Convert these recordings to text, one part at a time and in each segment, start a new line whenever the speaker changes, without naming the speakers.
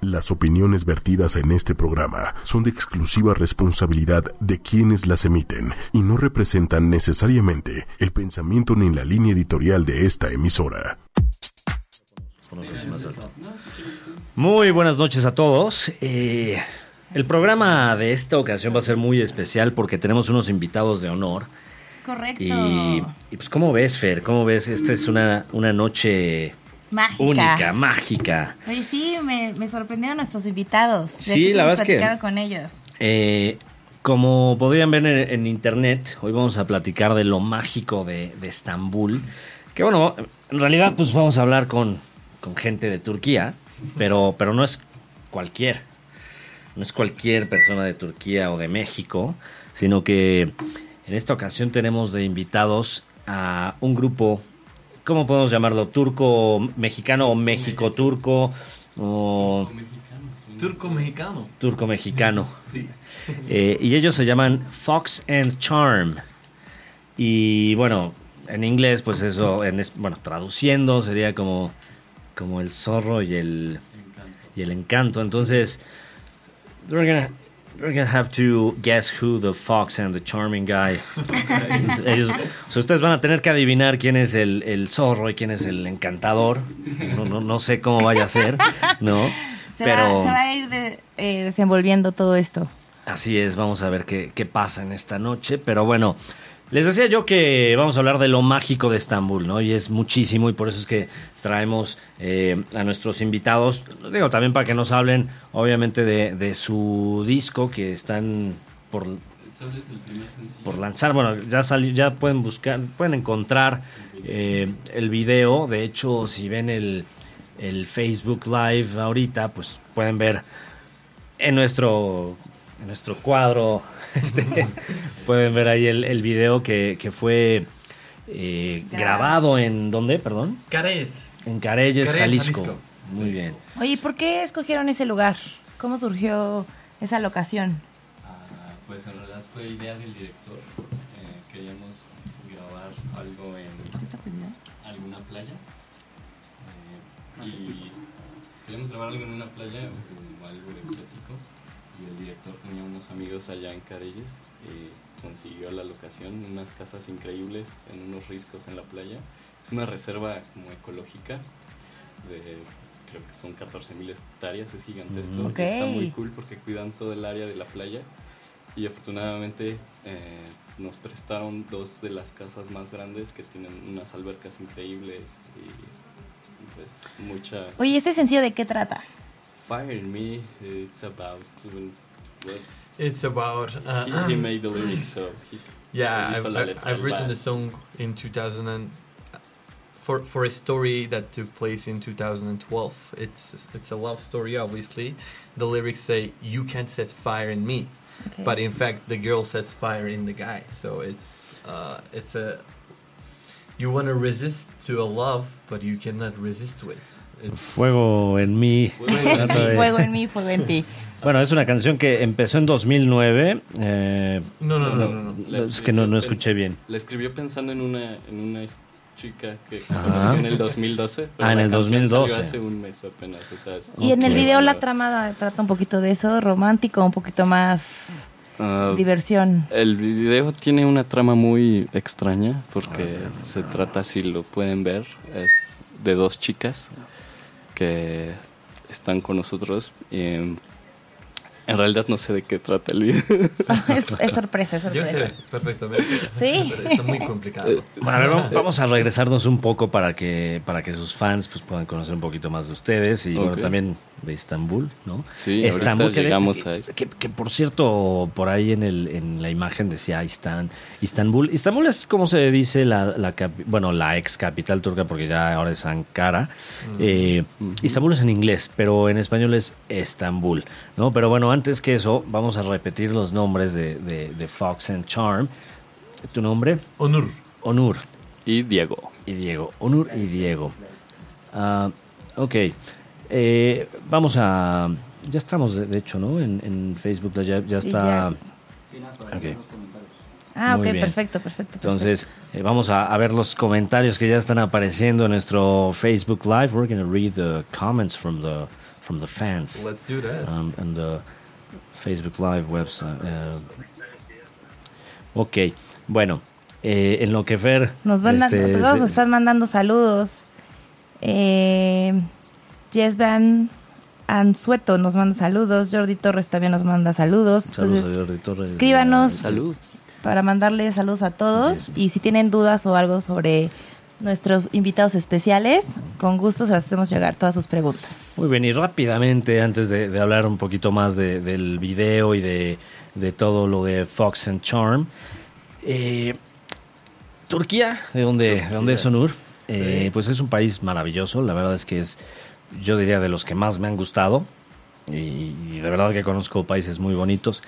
Las opiniones vertidas en este programa son de exclusiva responsabilidad de quienes las emiten y no representan necesariamente el pensamiento ni la línea editorial de esta emisora.
Muy buenas noches a todos. Eh, el programa de esta ocasión va a ser muy especial porque tenemos unos invitados de honor.
Correcto.
Y,
Oh.
y, pues, ¿cómo ves, Fer? ¿Cómo ves? Esta es una, una noche
Mágica.
única, mágica.
Oye, sí, me, me sorprendieron nuestros invitados. De
Sí, la
hemos
verdad es que-
platicado con ellos.
Eh, como podrían ver en, en internet, hoy vamos a platicar de lo mágico de, de Estambul. Que bueno, en realidad pues vamos a hablar con, con gente de Turquía, pero, pero no es cualquier. No es cualquier persona de Turquía o de México, sino que en esta ocasión tenemos de invitados a un grupo, ¿cómo podemos llamarlo? Turco-mexicano o México-turco o
Turco mexicano.
turco-mexicano.
Sí.
Eh, y ellos se llaman Fox and Charm. Y bueno, en inglés, pues eso, en es- bueno, traduciendo sería como, como el zorro y el, y el encanto. Entonces, we're gonna, we're gonna have to guess who the Fox and the Charming guy. Ellos- ellos- o sea, ustedes van a tener que adivinar quién es el, el zorro y quién es el encantador. No, no, no sé cómo vaya a ser, ¿no?
Se, va, se va a ir de- eh, desenvolviendo todo esto.
Así es, vamos a ver qué, qué pasa en esta noche. Pero bueno, les decía yo que vamos a hablar de lo mágico de Estambul, ¿no? Y es muchísimo y por eso es que traemos eh, a nuestros invitados, digo, también para que nos hablen, obviamente, de, de su disco que están por, por lanzar. Bueno, ya salió, ya pueden buscar, pueden encontrar eh, el video. De hecho, si ven el, el Facebook Live ahorita, pues pueden ver en nuestro, en nuestro cuadro. este, pueden ver ahí el, el video que, que fue eh, grabado en dónde, perdón,
Cares.
en Careyes,
Careyes,
Jalisco.
Jalisco.
Muy bien.
Oye, ¿y ¿por qué escogieron ese lugar? ¿Cómo surgió esa locación?
Ah, pues en realidad fue idea del director. Eh, queríamos grabar algo en alguna playa. Eh, y queríamos grabar algo en una playa o algo exótico. Y el director tenía unos amigos allá en Carelles. eh, consiguió la locación, unas casas increíbles en unos riscos en la playa. Es una reserva como ecológica de creo que son 14.000 hectáreas, es gigantesco.
Mm.
y Está muy
Ok.
cool porque cuidan todo el área de la playa y afortunadamente eh, nos prestaron dos de las casas más grandes que tienen unas albercas increíbles y pues mucha
Oye, ¿este sencillo de qué trata?
fire in me it's about when- what
It's about. Uh,
he, he made the lyrics so he-
yeah,
hizo
I've,
la
I-
letra,
I've
el
written the
bar.
song in 2000 and for for a story that took place in 2012. It's it's a love story, obviously. The lyrics say, "You can't set fire in me,"
Ok.
but in fact, the girl sets fire in the guy. So it's uh, it's a. You want to resist to a love, but you cannot resist to it. It's-
Fuego en mí.
Fuego en
Trata de-
fuego en mí, fuego en ti.
Bueno, es una canción que empezó en 2009. eh,
No, no, no, no, no.
La
es que no, no escuché bien.
la escribió pensando en una en una chica que
Ajá.
conoció en el 2012 pero
Ah, en
la
el
canción salió
2012.
hace un mes apenas o sea, es-
Y en el
Ok.
video la trama trata un poquito de eso, romántico, un poquito más
Ah,
diversión.
El video tiene una trama muy extraña porque
Ah,
se trata, si lo pueden ver, es de dos chicas que están con nosotros y em, en realidad no sé de qué trata el video.
es, es sorpresa, es
Yo
sorpresa.
sé perfectamente.
Sí.
Pero está muy complicado.
Bueno, a ver, vamos- vamos a regresarnos un poco para que, para que sus fans pues, puedan conocer un poquito más de ustedes y bueno,
Ok.
también de Estambul, ¿no?
Sí, ahorita
que le-
llegamos a eso.
Que, que, por cierto, por ahí en, el, en la imagen decía Istán, Istambul. Istambul es como se dice la, la capi- bueno, la ex capital turca porque ya ahora es Ankara. Eh, Istambul es en inglés, pero en español es Estambul, ¿no? Pero bueno, antes que eso, vamos a repetir los nombres de, de- de Fox and Charm. ¿Tu nombre?
Onur.
Onur
Y Diego.
y Diego. Onur y Diego. Ah, ok. Eh, vamos a. Ya estamos, de, de hecho, ¿no? En, en Facebook ya, ya
Sí,
está.
ya.
Ok.
Ah,
Muy
ok,
bien.
perfecto, perfecto.
Entonces, eh, vamos a, a ver los comentarios que ya están apareciendo en nuestro Facebook Live. We're going to read the comments from the from the fans
Let's do that.
um, and the Facebook Live website. eh, ok, bueno, eh, en lo que Fer...
Nos mandan,
este,
todos
se-
nos están mandando saludos. Eh, Jess Van Anzueto nos manda saludos. Jordi Torres también nos manda saludos.
saludos
Entonces,
a Jordi Torres.
pues, escríbanos.
Salud.
Salud.
para mandarle saludos a todos. Y si tienen dudas o algo sobre nuestros invitados especiales, con gusto se las hacemos llegar todas sus preguntas.
Muy bien, y rápidamente, antes de, de hablar un poquito más de- del video y de, de todo lo de Fox and Charm, eh, Turquía, de donde, de donde es Sonur, eh, pues es un país maravilloso, la verdad es que es, yo diría, de los que más me han gustado, y, y de verdad que conozco países muy bonitos.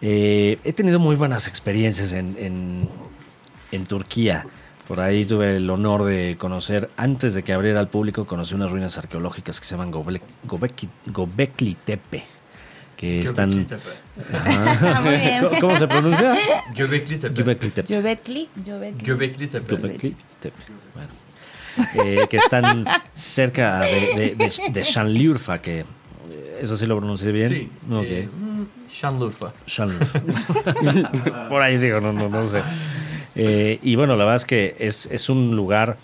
Eh, he tenido muy buenas experiencias en, en- en Turquía. Por ahí tuve el honor de conocer, antes de que abriera al público, conocí unas ruinas arqueológicas que se llaman Goble- Gobekli, Gobekli Tepe, que están... Ajá.
Ah, Muy bien.
¿Cómo, cómo se pronuncia?
Göbekli Tepe.
Gobekli Tepe.
Yovetli,
Göbekli Tepe.
Gobekli Tepe. Bueno. Eh, que están cerca de, de, de- de Şanlıurfa, que eh, eso sí lo pronuncié bien.
Sí.
Ok.
eh, mm, Şanlıurfa.
Shannon. Por ahí digo, no, no, no sé. Eh, y bueno, la verdad es que es, es un lugar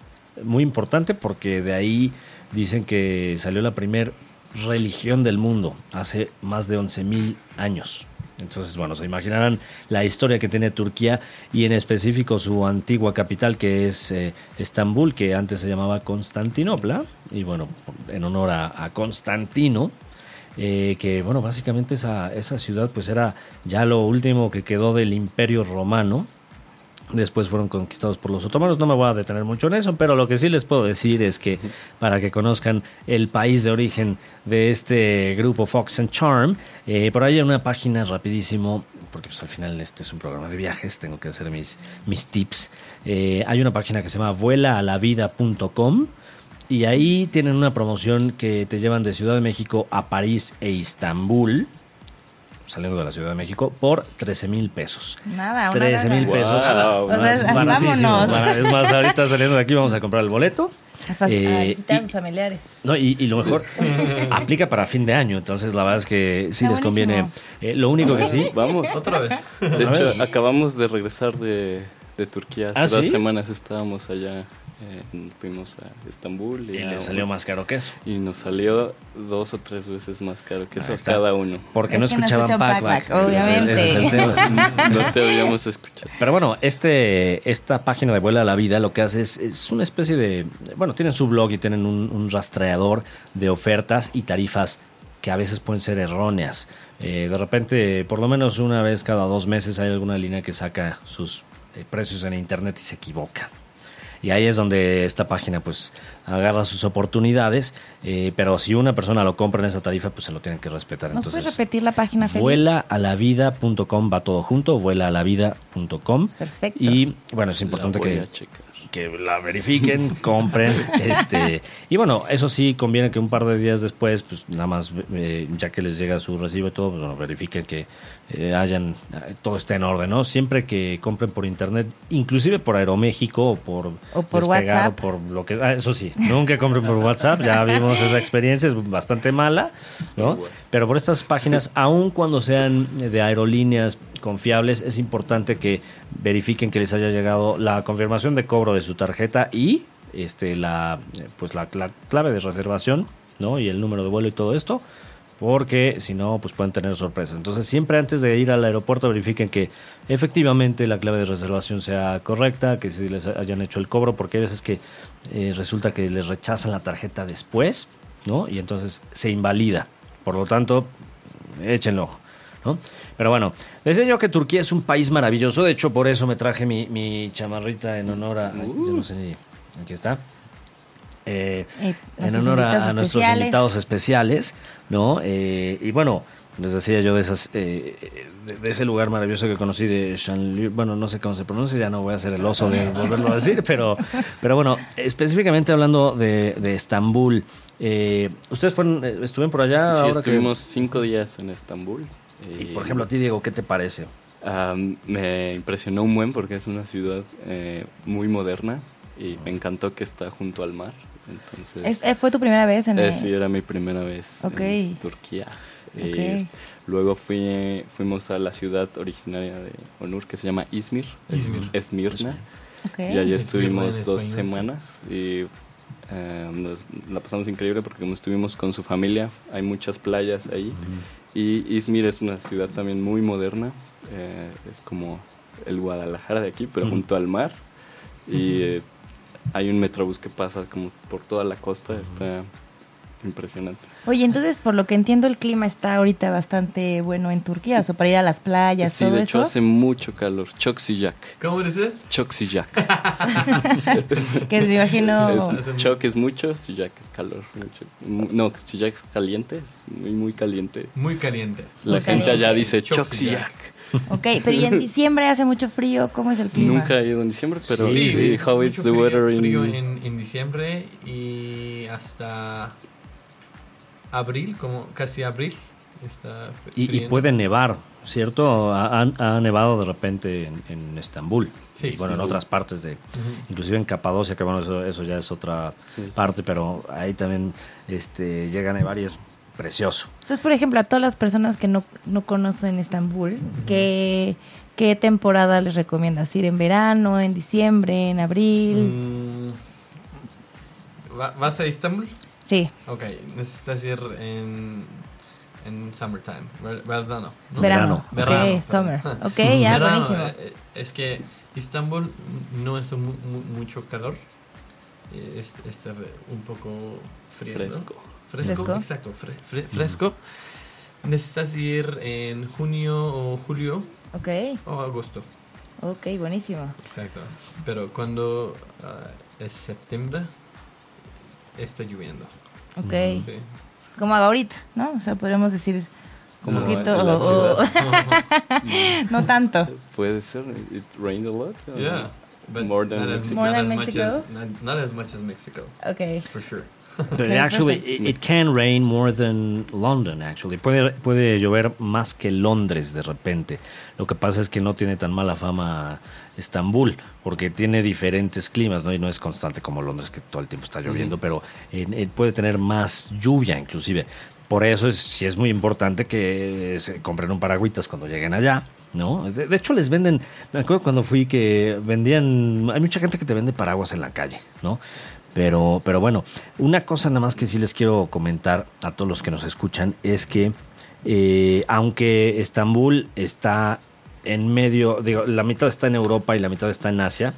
muy importante porque de ahí dicen que salió la primer religión del mundo hace más de 11.000 años. Entonces, bueno, se imaginarán la historia que tiene Turquía y en específico su antigua capital que es eh, Estambul, que antes se llamaba Constantinopla, y bueno, en honor a- a Constantino, eh, que bueno, básicamente esa, esa ciudad pues era ya lo último que quedó del imperio romano. Después fueron conquistados por los otomanos. No me voy a detener mucho en eso, pero lo que sí les puedo decir es que para que conozcan el país de origen de este grupo Fox and Charm, eh, por ahí hay una página rapidísimo, porque pues al final este es un programa de viajes, tengo que hacer mis, mis tips. Eh, hay una página que se llama vuelaalavida.com. Y ahí tienen una promoción que te llevan de Ciudad de México a París e Istambul, saliendo de la Ciudad de México, por 13 mil pesos.
Nada, una
13 mil
lana.
pesos.
Wow.
O sea,
Más
es-
baratísimo.
vámonos.
Bueno, Es más, ahorita saliendo de aquí vamos a comprar el boleto.
A fas- a
Eh,
visitar a
y-
sus familiares.
no, y, y lo mejor, aplica para fin de año, entonces la verdad es que sí
Está
les conviene.
buenísimo.
Eh, lo único que sí,
Vamos.
Otra vez.
De
A ver.
hecho, acabamos de regresar de, de Turquía. Hace
¿Ah,
dos
sí?
semanas estábamos allá. eh, fuimos a Estambul
y
a
le
un-
salió más caro que eso.
Y nos salió dos o tres veces más caro que eso
Ahí está.
cada uno.
Porque
Es
no
que no
escuchaban
escuchan
Packback.
Packback,
Ese es el- ese es el
obviamente.
tema.
No te habíamos escuchado.
Pero bueno, este, esta página de Vuela a la Vida lo que hace es, es una especie de... Bueno, tienen su blog y tienen un, un rastreador de ofertas y tarifas que a veces pueden ser erróneas. Eh, de repente, por lo menos una vez cada dos meses hay alguna línea que saca sus eh, precios en internet y se equivoca. Y ahí es donde esta página pues agarra sus oportunidades, eh, pero si una persona lo compra en esa tarifa, pues se lo tienen que respetar.
¿Nos
Entonces,
puedes repetir la página, Felipe?
Vuela a la vida.com va todo junto, vuela a la vida.com.
Perfecto.
Y bueno, es importante
La voy
que,
a checar.
que la verifiquen, compren. este Y bueno, eso sí, conviene que un par de días después, pues nada más, eh, ya que les llega su recibo y todo, pues, bueno, verifiquen que eh, hayan, eh, todo esté en orden, ¿no? Siempre que compren por internet, inclusive por Aeroméxico o por,
O por
Despegar,
WhatsApp.
o por lo que. ah, eso sí, nunca compren por WhatsApp, ya vimos esa experiencia, es bastante mala, ¿no? Pero por estas páginas, aun cuando sean de aerolíneas confiables, es importante que verifiquen que les haya llegado la confirmación de cobro de su tarjeta y este la eh, pues la, cla- clave de reservación, ¿no? Y el número de vuelo y todo esto. Porque si no, pues pueden tener sorpresas. Entonces, siempre antes de ir al aeropuerto, verifiquen que efectivamente la clave de reservación sea correcta, que si les hayan hecho el cobro, porque hay veces que eh, resulta que les rechazan la tarjeta después, ¿no? Y entonces se invalida. Por lo tanto, échenlo. ¿no? Pero bueno, decía yo que Turquía es un país maravilloso. De hecho, por eso me traje mi, mi chamarrita en honor a. ay, yo no sé ni- Aquí está. Eh,
Y
en
nuestros
honor a,
invitados
a nuestros
especiales.
invitados especiales, ¿no? Eh, y bueno, les decía yo de esas eh, de, de ese lugar maravilloso que conocí de Shanlur, bueno, no sé cómo se pronuncia, ya no voy a hacer el oso de volverlo a decir, pero, pero bueno, específicamente hablando de, de Estambul, eh, ¿ustedes fueron, eh, estuvieron por
Ah,
allá?
Sí,
ahora que-
estuvimos cinco días en Estambul.
Y por ejemplo, a ti, Diego, ¿qué te parece?
Ah, me impresionó un buen porque es una ciudad eh, muy moderna y me encantó que está junto al mar. Entonces,
Es- eh, ¿Fue tu primera vez en
eh,
el-
sí, era mi primera vez en
Ok.
Turquía.
Ok.
Eh, luego fui, fuimos a la ciudad originaria de Onur que se llama Izmir,
Izmir.
Esmirna,
Ok.
y
Esmirna en
allí estuvimos
español,
dos
sí.
semanas y eh, nos, la pasamos increíble porque como estuvimos con su familia, hay muchas playas ahí y Izmir es una ciudad también muy moderna, eh, es como el Guadalajara de aquí, pero
Ujú.
junto al mar y eh, hay un metrobús que pasa como por toda la costa, está impresionante.
Oye, entonces, por lo que entiendo, el clima está ahorita bastante bueno en Turquía. O sea, para ir a las playas,
Sí,
todo
de
eso.
hecho hace mucho calor. Choxillac.
¿Cómo dices?
Choxillac.
Que me imagino.
Es- Choc es mucho, sillac es calor. mucho. Mu- No, sillac es caliente, es muy, muy caliente.
Muy caliente.
La
Muy
gente allá
caliente.
dice
Choxillac.
Choxillac.
ok, pero ¿y en diciembre hace mucho frío? ¿Cómo es el clima?
Nunca he ido en diciembre, pero
Sí,
sí,
sí.
how is
mucho
the
frío-
weather in...
frío en, en diciembre y hasta abril, como casi abril. Está fri-
Y, y
friendo.
puede nevar, ¿cierto? Ha, han- ha nevado de repente en, en Estambul.
Sí,
y bueno, en
Estambul.
otras partes de,
Ujú.
inclusive en Capadocia, que bueno, eso, eso ya es otra
Sí.
parte, pero ahí también este, llega a nevar y es precioso.
Entonces, por ejemplo, a todas las personas que no, no conocen Estambul, ¿qué, ¿qué temporada les recomiendas? ¿Ir en verano, en diciembre, en
Mm.
abril?
Mm. ¿Va- ¿Vas a Istanbul?
Sí,
Ok, necesitas ir en, en summertime, ver- verano. ¿no?
verano.
Verano.
Ok, summer.
Verano.
Ok, ya,
Verano,
buenísimo.
eh, eh, Es que Istanbul no es mu- mu- mucho calor, eh, es, está un poco frío, ¿no?
Fresco.
Fresco,
Fresco.
exacto, fre- fre- fresco. Necesitas ir en junio o julio
Ok,
o agosto.
ok, buenísimo.
Exacto. Pero cuando ah, es septiembre, está lloviendo.
Ok,
Mm,
Sí.
como ahorita, ¿no? O sea, podríamos decir un
Como
poquito...
en la
o- o- no tanto.
Puede ser, it rained a lot. or-
Yeah. But
More than
not as,
Mexico.
More
not
than
as much
Mexico?
as not, not as much as Mexico,
Ok.
for sure.
But
Ok,
actually,
perfect.
it, it can rain more than London, actually. Puede, puede llover más que Londres de repente. Lo que pasa es que no tiene tan mala fama Estambul, porque tiene diferentes climas, ¿no? Y no es constante como Londres, que todo el tiempo está lloviendo, pero eh, eh, puede tener más lluvia, inclusive. Por eso es, sí es muy importante que eh, se compren un paragüitas cuando lleguen allá, ¿no? De, de hecho, les venden, me acuerdo cuando fui que vendían, hay mucha gente que te vende paraguas en la calle, ¿no? Pero, pero bueno, una cosa nada más que sí les quiero comentar a todos los que nos escuchan es que eh, aunque Estambul está en medio, digo, la mitad está en Europa y la mitad está en Asia,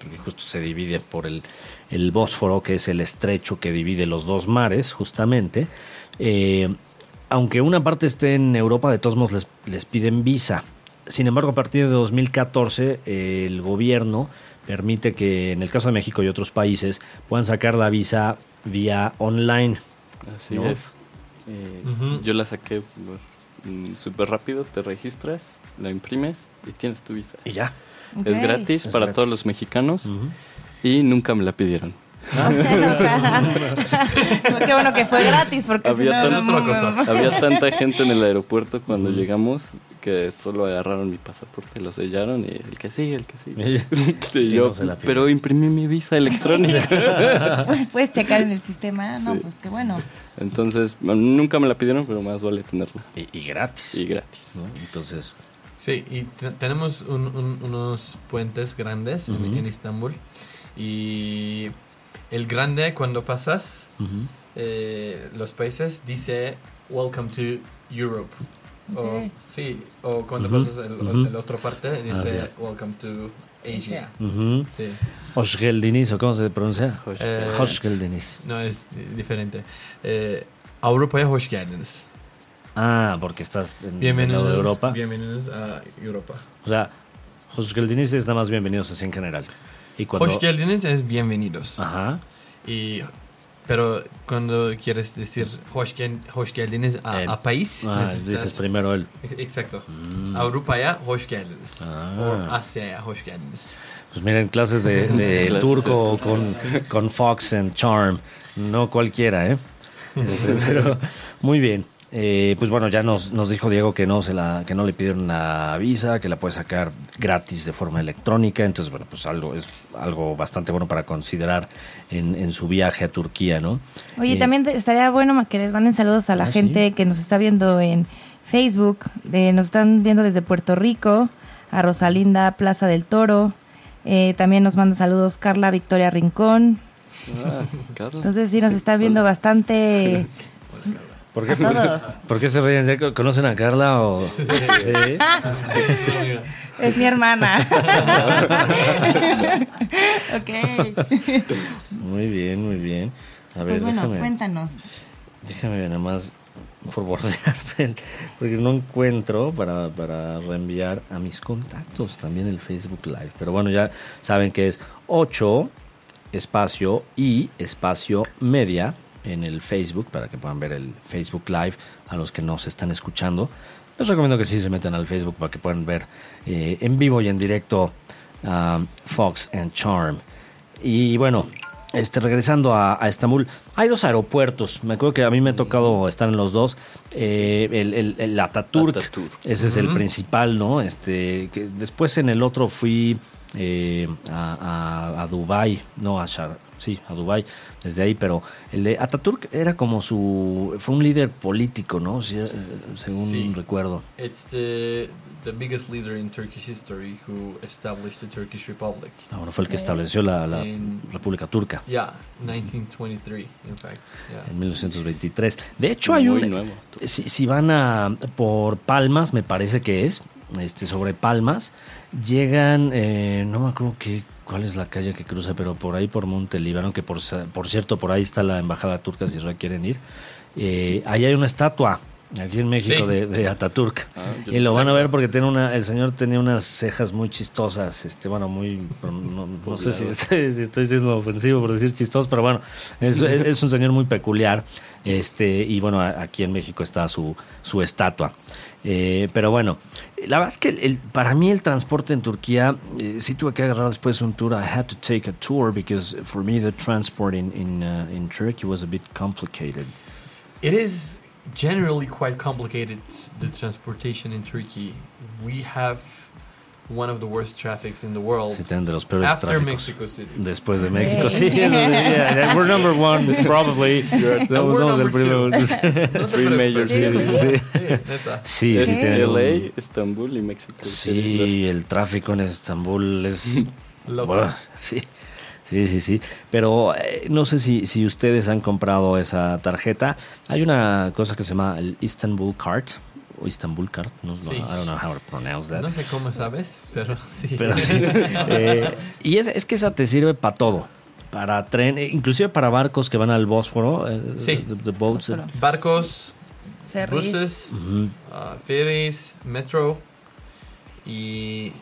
porque justo se divide por el, el Bósforo, que es el estrecho que divide los dos mares, justamente. eh, aunque una parte esté en Europa, de todos modos les, les piden visa. Sin embargo, a partir de 2014, eh, el gobierno permite que, en el caso de México y otros países, puedan sacar la visa vía online.
Así
¿No?
es. Eh,
Ujú.
Yo la saqué por- mm, súper rápido, te registras, la imprimes y tienes tu visa.
Y ya.
Es
Ok.
gratis
Es
para
gratis. Mm.
todos los mexicanos y nunca me la pidieron.
o sea, qué bueno que fue gratis, porque
Había
si no...
tan-
otra cosa.
Había tanta gente en el aeropuerto cuando llegamos que solo agarraron mi pasaporte, lo sellaron y el que sigue, el que sigue. Sí,
Y
yo,
no se la piden.
pero imprimí mi visa electrónica.
Pues, puedes checar en el sistema, no,
Sí.
pues qué bueno.
Entonces, bueno, nunca me la pidieron, pero más vale tenerla.
Y, y gratis.
Y gratis.
¿no? Entonces,
Sí, y te- tenemos un- un- unos puentes grandes en- en, Estambul. Y el grande, cuando pasas, eh, los países dice Welcome to Europe. O,
Ok.
sí, o cuando
Ujú,
pasas el,
ujú.
el otro parte, dice
Así
Welcome to Asia.
ujú.
Sí.
Hoshgeldiniz, ¿o cómo se pronuncia?
Eh,
Hoshgeldiniz.
no, es diferente. Eh, Avrupa'ya hoş geldiniz.
Ah, porque estás en el
Bienvenidos,
lado de Europa.
bienvenidos a Europa.
O sea, Hoshgeldiniz es nada más bienvenidos así en general. Y cuando... Ah.
Hoş geldiniz es bienvenidos.
Ajá.
Y, pero cuando quieres decir hoş, gel- hoş geldiniz a,
El-
a país,
Ah, dices primero el...
Exacto. Avrupa'ya hoş geldiniz.
Ah.
O Asya'ya hoş geldiniz.
Pues miren, clases de, de
Clases
turco con, con Fox and Charm. No cualquiera, ¿eh? Pero, muy bien. Eh, pues bueno, ya nos, nos dijo Diego que no, se la, que no le pidieron la visa, que la puede sacar gratis de forma electrónica. Entonces, bueno, pues algo es algo bastante bueno para considerar en, en su viaje a Turquía, ¿no?
Oye,
Eh,
también te- estaría bueno que les manden saludos a la
Ah, sí.
gente que nos está viendo en Facebook. eh, nos están viendo desde Puerto Rico, a Rosalinda Plaza del Toro. eh, también nos manda saludos Carla Victoria Rincón.
Ah, Carla.
Entonces sí nos están viendo bastante
¿Por
a
qué,
todos.
por qué se ríen? ¿Ya co- ¿Conocen a Carla o...? Sí.
Es mi hermana. ok.
Muy bien, muy bien. A ver,
Pues bueno,
déjame,
cuéntanos.
déjame nada más forwardearme, porque no encuentro para, para reenviar a mis contactos también el Facebook Live. Pero bueno, ya saben que es 8 espacio y espacio media en el Facebook para que puedan ver el Facebook Live a los que nos están escuchando. Les recomiendo que sí se metan al Facebook para que puedan ver eh, en vivo y en directo a Fox and Charm. Y bueno, este, regresando a, a Estambul, hay dos aeropuertos. Me acuerdo que a mí me ha tocado estar en los dos. Eh, el, el, el Atatürk,
Atatürk.
ese es el
Ujú.
principal, ¿no? Este, que después en el otro fui eh, a, a, a Dubai, no a Shar, sí, a Dubai, desde ahí, pero el de Ataturk era como su, fue un líder político, ¿no? Sí, eh, según
Sí.
recuerdo.
It's the, the biggest leader in Turkish history who established the Turkish Republic.
Ahora Ah, fue el que estableció la, la
En-
República Turca.
Yeah, 1923, in fact. Yeah.
En 1923. De hecho, hay
Muy
un.
nuevo.
Si, si van a. Por Palmas, me parece que es. Este, sobre Palmas. Llegan. eh, no me acuerdo qué, cuál es la calle que cruza, pero por ahí por Monte Líbano, que por, sa- por cierto, por ahí está la embajada turca si quieren ir. Eh, ahí hay una estatua. Aquí en México
Sí.
de, de Ataturk.
Ah, yo
y lo van a ver porque tiene una, el señor tenía unas cejas muy chistosas, este, bueno, muy pero no, no sé si, si estoy siendo ofensivo por decir chistoso, pero bueno, es, es- es un señor muy peculiar. Este, y bueno, a- aquí en México está su, su estatua. Eh, pero bueno, la verdad es que el- el- para mí el transporte en Turquía, eh, sí tuve que agarrar después un tour. I had to take a tour because for me the transport in, in, uh, in Turkey was a bit complicated.
It is generally quite complicated, the transportation in Turkey. We have one of the worst traffics in the world
Se tienen de los peores
Oh. after
tráficos.
Mexico City.
Después de México, sí.
Sí.
eso sería. Yeah, we're number one, probably.
we're
Somos, somos el
number two.
primero.
No te
Three major
preocupes.
cities.
Sí, neta.
Sí,
Es
sí, tienen un-
LA, Estambul y México.
Sí, el tráfico en Estambul es...
Loco.
Buah, sí, sí, sí, sí. Pero eh, no sé si, si ustedes han comprado esa tarjeta. Hay una cosa que se llama el Istanbul Card. O Istanbul Card. No, no,
Sí.
I don't know how to pronounce that.
No sé cómo sabes, pero sí.
Pero sí. Eh, y es, es que esa te sirve para todo. Para tren, eh, inclusive para barcos que van al Bósforo. eh,
Sí.
the- the boats, eh.
Bósforo.
Barcos,
Ferris.
buses,
Ujú.
uh, ferries, metro y...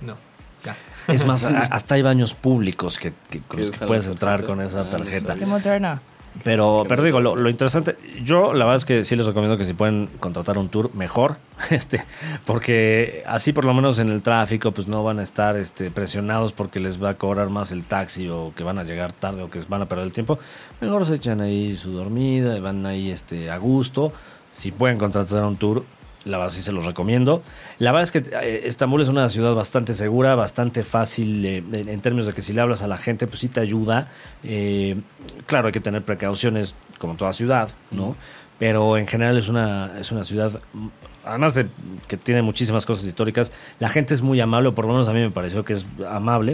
No, ya.
Es más, a- hasta hay baños públicos que, que- con los
Que
que
usan
puedes
la
entrar
tarjeta.
con
Ah,
esa
no
tarjeta.
Qué moderno.
Pero,
Qué
pero
bonito.
digo, lo, lo interesante, yo la verdad es que sí les recomiendo que si pueden contratar un tour, mejor, este, porque así por lo menos en el tráfico, pues no van a estar este, presionados porque les va a cobrar más el taxi o que van a llegar tarde o que van a perder el tiempo. Mejor se echan ahí su dormida, y van ahí este, a gusto. Si pueden contratar un tour, la verdad sí se los recomiendo. La verdad es que eh, Estambul es una ciudad bastante segura, bastante fácil eh, en, en términos de que si le hablas a la gente, pues sí te ayuda. Eh, claro, hay que tener precauciones como toda ciudad, ¿no? Pero en general es una, es una ciudad, mm, además de que tiene muchísimas cosas históricas, la gente es muy amable, o por lo menos a mí me pareció que es amable.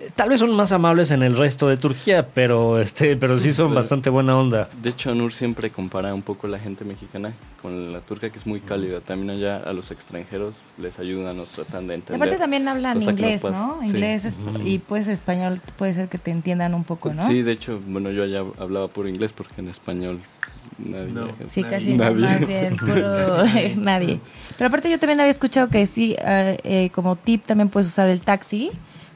Eh, Tal vez son más amables en el resto de Turquía, pero, este, pero sí son
Pero-
bastante buena onda.
De hecho, Anur siempre compara un poco la gente mexicana con la turca, que es muy cálida. También allá a los extranjeros les ayudan, nos tratan de
Y
entender.
aparte también hablan
O sea, que no
inglés, ¿no?
puedes- sí.
Inglés es- y pues español puede ser que te entiendan un poco, ¿no?
Sí, de hecho, bueno, yo allá hablaba puro inglés porque en español nadie...
No.
Sí,
Nadie.
casi no,
Nadie.
más bien, puro nadie. Pero aparte yo también había escuchado que sí, eh, eh, como tip también puedes usar el taxi,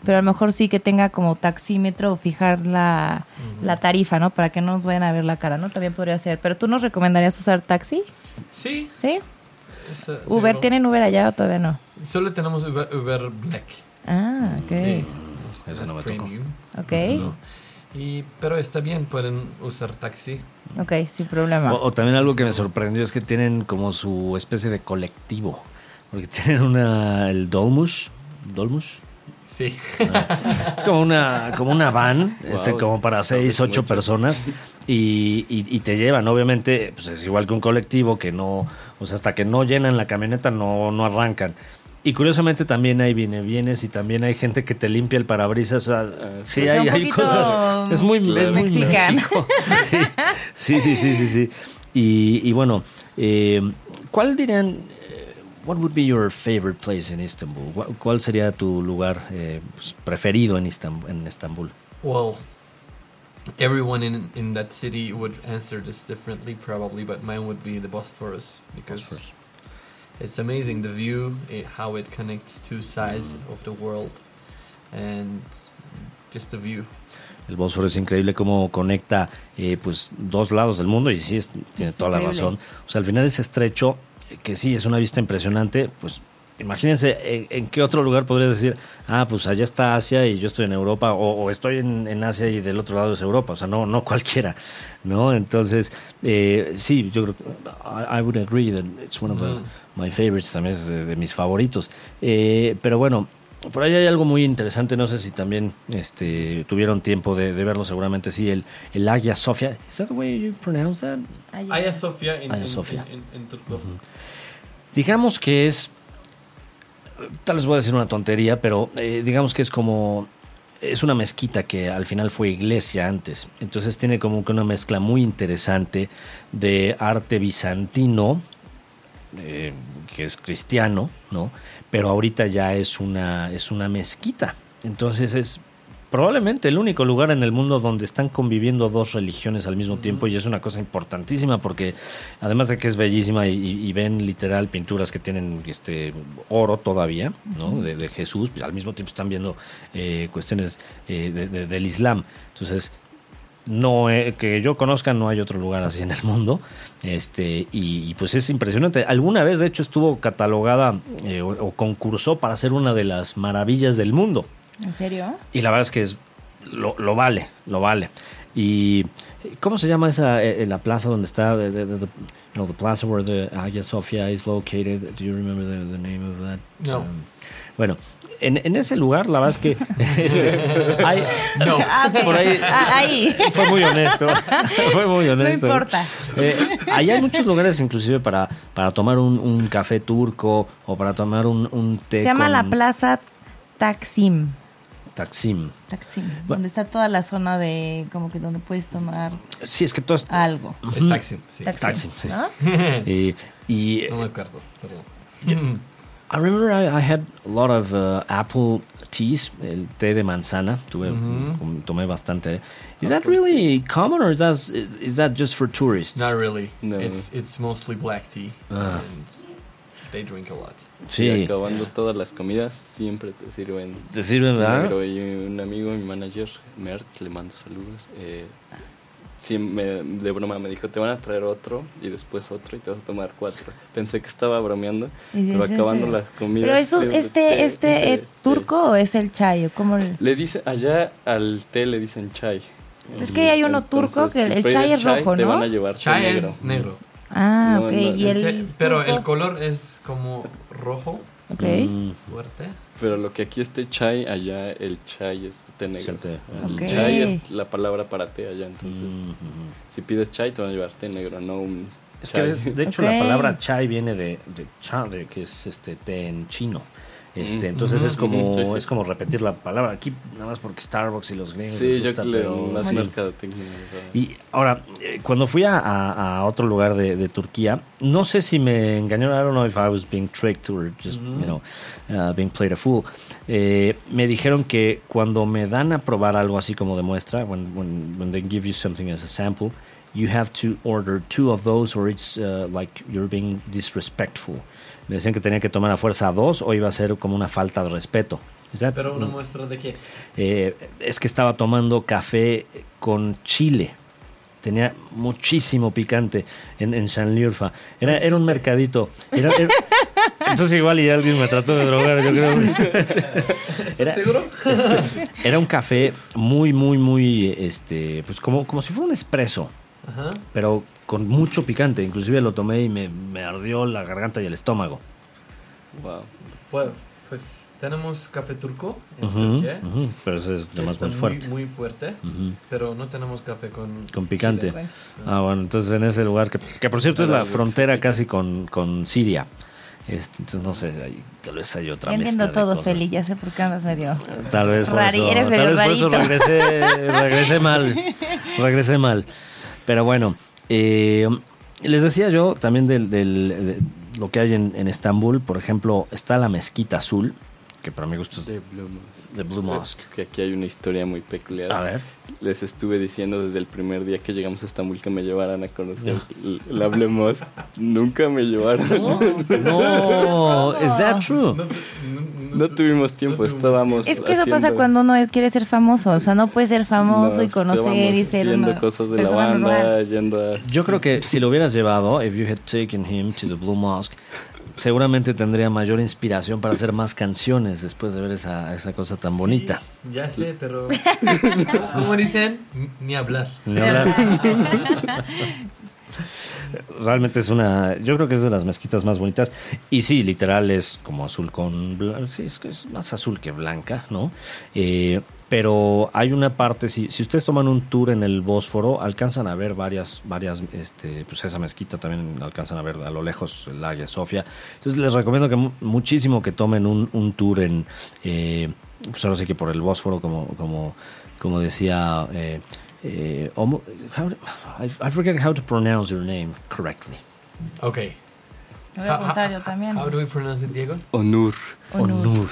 pero a lo mejor sí que tenga como taxímetro o fijar la, la tarifa, ¿no? Para que no nos vayan a ver la cara, ¿no? También podría ser. Pero tú nos recomendarías usar taxi,
Sí.
¿sí?
es, eh,
Uber,
seguro.
¿tienen Uber allá o todavía no?
Solo tenemos Uber, Uber Black.
Ah, ok.
Sí.
Ese
That's
no me tocó.
premium.
Ok.
No. Y, pero está bien, pueden usar taxi.
Ok, sin problema.
O, o también algo que me sorprendió es que tienen como su especie de colectivo. Porque tienen una. El Dolmush. Dolmush.
Sí.
Es como una, como una van, este, como para seis,
mucho.
ocho personas, y, y- y te llevan. Obviamente, pues es igual que un colectivo que no, o sea, hasta que no llenan la camioneta no, no arrancan. Y curiosamente también hay viene vienes y también hay gente que te limpia el parabrisas. O sea, sí,
O Pues sea,
hay,
un
hay
poquito
cosas. Es muy, es muy
mexicano.
México. Sí, sí, sí, sí, sí. sí. Y, y bueno, eh, ¿cuál dirían? eh, What would be your favorite place in Istanbul? Gua- ¿Cuál sería tu lugar eh, pues, preferido en Istanbul? En Estambul?
Well, everyone in, in that city would answer this differently, probably, but mine would be the Bosphorus because
Bosphorus.
it's amazing the view, it, how it connects two sides of the world, and just the view.
El Bósforo es increíble cómo conecta eh, pues dos lados del mundo y sí, es- tiene
Es
toda la
increíble.
razón. O sea, al final es estrecho, eh, que sí, es una vista impresionante, pues imagínense eh, en, qué otro lugar podrías decir, ah, pues allá está Asia y yo estoy en Europa, o, o estoy en, en Asia y del otro lado es Europa, o sea, no, no cualquiera, ¿no? Entonces, eh, sí, yo creo, I, I would agree that it's one of the-
Mm.
My Favorites también es de, de mis favoritos. Eh, pero bueno, por ahí hay algo muy interesante, no sé si también este, tuvieron tiempo de, de verlo, seguramente sí, el, el Hagia Sophia. ¿Es that the way you pronounce that?
Ay, ay.
Hagia Sophia in,
Hagia
in-
Sophia.
in- in- in Turku.
Digamos que es, tal vez voy a decir una tontería, pero eh, digamos que es como, es una mezquita que al final fue iglesia antes. Entonces tiene como que una mezcla muy interesante de arte bizantino, eh, que es cristiano, ¿no? Pero ahorita ya es una, es una mezquita. Entonces es probablemente el único lugar en el mundo donde están conviviendo dos religiones al mismo tiempo y es una cosa importantísima porque además de que es bellísima y, y- y ven literal pinturas que tienen este oro todavía, ¿no? De, de Jesús, al mismo tiempo están viendo eh, cuestiones eh, de- de- del Islam. Entonces no eh, que yo conozca no hay otro lugar así en el mundo este y, y, pues es impresionante alguna vez de hecho estuvo catalogada eh, o, o concursó para ser una de las maravillas del mundo
¿En serio?
y la verdad es que es lo, lo vale lo vale y cómo se llama esa eh, eh, la plaza donde está the, the- the- the- you know, the plaza where the Hagia Sophia is located do you remember the, the name of that
No.
Um, bueno en, en ese lugar la verdad es que este, hay,
No.
Ah, ok.
por ahí
Ah, ahí.
fue muy honesto. Fue muy
No
honesto.
importa.
Eh, ahí hay muchos lugares inclusive para, para tomar un, un café turco o para tomar un, un té
Se llama
con
la Plaza Taksim.
Taksim.
Taksim.
Bu-
donde está toda la zona de. Como que donde puedes tomar
Sí, es que todo es
algo.
Es taxi, sí.
Taksim, sí.
¿no?
Eh, y
No me acuerdo, Mm, perdón.
I remember I, I had a lot of uh, apple teas, el té de manzana, tuve, com- tomé bastante. Is that really common or is that, is that just for tourists?
Not really.
No.
It's, it's mostly black tea.
Ah.
And they drink a lot.
Y
sí,
acabando todas las comidas, siempre te sirven.
te sirven, ¿verdad?
Pero y un amigo, mi manager, Mert, le mando saludos. eh, sí, me- de broma me dijo, te van a traer otro y después otro y te vas a tomar cuatro. Pensé que estaba bromeando,
Y
pero
es en
acabando
serio.
las comidas.
Pero eso,
siempre
este,
te-
este eh,
te-
turco o es el chayo, como el-
Le dice, allá al té le dicen chai.
Es que hay uno turco que el- el
pides
chai es rojo,
Te
¿no?
van a llevar té
Chai
negro.
es negro.
Ah,
No,
ok.
no,
y el
el
Este- pero el
turco-
color es como rojo
Ok.
Mm,
fuerte.
Pero lo que aquí es té chai, allá el chai es té
es
negro.
el té.
El
Ok.
chai es la palabra para té allá, entonces
Mm.
si pides chai te van a llevar té negro, no un
Es que
chai.
de de hecho
Ok.
la palabra chai viene de, de cha, de que es este té en chino. Este,
Mm.
entonces es
Ujú,
como
ujú, sí, sí.
es como repetir la palabra aquí nada más porque Starbucks y los gringos
sí,
les
yo
gusta,
creo
pero
más
sí.
mercadotecnia. ¿verdad?
Y ahora, eh, cuando fui a, a- a otro lugar de, de Turquía, no sé si me engañó, I don't know if I was being tricked or just, you know, uh, being played a fool. Eh, me dijeron que cuando me dan a probar algo así como de muestra, when, when, when they give you something as a sample, you have to order two of those or it's uh, like you're being disrespectful. Me decían que tenía que tomar a fuerza dos o iba a ser como una falta de respeto. Is that-
Pero una muestra de qué.
eh, es que estaba tomando café con chile. Tenía muchísimo picante en, en Sanliurfa. Era, era un mercadito. Era, era- Entonces igual y alguien me trató de drogar, yo creo. Era,
¿Seguro?
era un café muy, muy, muy, este, pues como, como si fuera un espresso,
Ajá.
pero con mucho picante. Inclusive lo tomé y me, me ardió la garganta y el estómago.
Wow.
Bueno, pues tenemos café turco en
Ujú,
Turquía.
ujú, pero eso es
que
lo más
está
muy fuerte.
Muy, fuerte,
Ujú.
pero no tenemos café con...
Con picante.
chiles.
Ah, bueno, entonces en ese lugar, que, que por cierto es la
Algo
frontera casi con, con Siria. Este, entonces no sé, ahí, tal vez hay otra
Ya
mezcla
entiendo
de
todo,
cosas.
Feli, ya sé por qué andas medio.
Tal vez por
Rari-
eso,
eres
tal
medio
vez por eso
rarito.
regresé, regresé mal. Regresé mal. Pero bueno, eh, les decía yo también del, del- de lo que hay en, en Estambul. Por ejemplo, está la Mezquita Azul, que para mi gusto es
De Blue Mosque.
de Blue Mosque.
Que aquí hay una historia muy peculiar.
A ver.
Les estuve diciendo desde el primer día que llegamos a Estambul que me llevaran a conocer l- la Blue Mosque. Nunca me llevaron. No,
No, ¿es that true?
No, no, no,
tuvimos tiempo,
no tuvimos
estábamos.
Es que eso pasa
Pues haciendo-
cuando uno quiere ser famoso, o sea, no puede ser famoso
No,
y conocer y
estábamos
ser
viendo
una
cosas de la
persona
banda,
normal.
yendo a.
Yo creo que si lo hubieras llevado, if you had taken him to the Blue Mosque, seguramente tendría mayor inspiración para hacer más canciones después de ver esa, esa cosa tan bonita.
Ya sé, pero... Como dicen, ni hablar.
Ni hablar. Realmente es una. Yo creo que es de las mezquitas más bonitas. Y sí, literal es como azul con. blan- Sí, es, que es más azul que blanca, ¿no? Eh, pero hay una parte. Si, si ustedes toman un tour en el Bósforo, alcanzan a ver varias. varias este, pues esa mezquita también alcanzan a ver a lo lejos el Hagia Sofía. Entonces les recomiendo que mu- muchísimo que tomen un, un tour en. eh, pues ahora sí que por el Bósforo, como, como, como decía. eh, eh, Omo- how, I, I forget how to pronounce your name correctly.
Ok.
Me voy a apuntar yo también.
How do we pronounce it, Diego?
Onur.
Onur.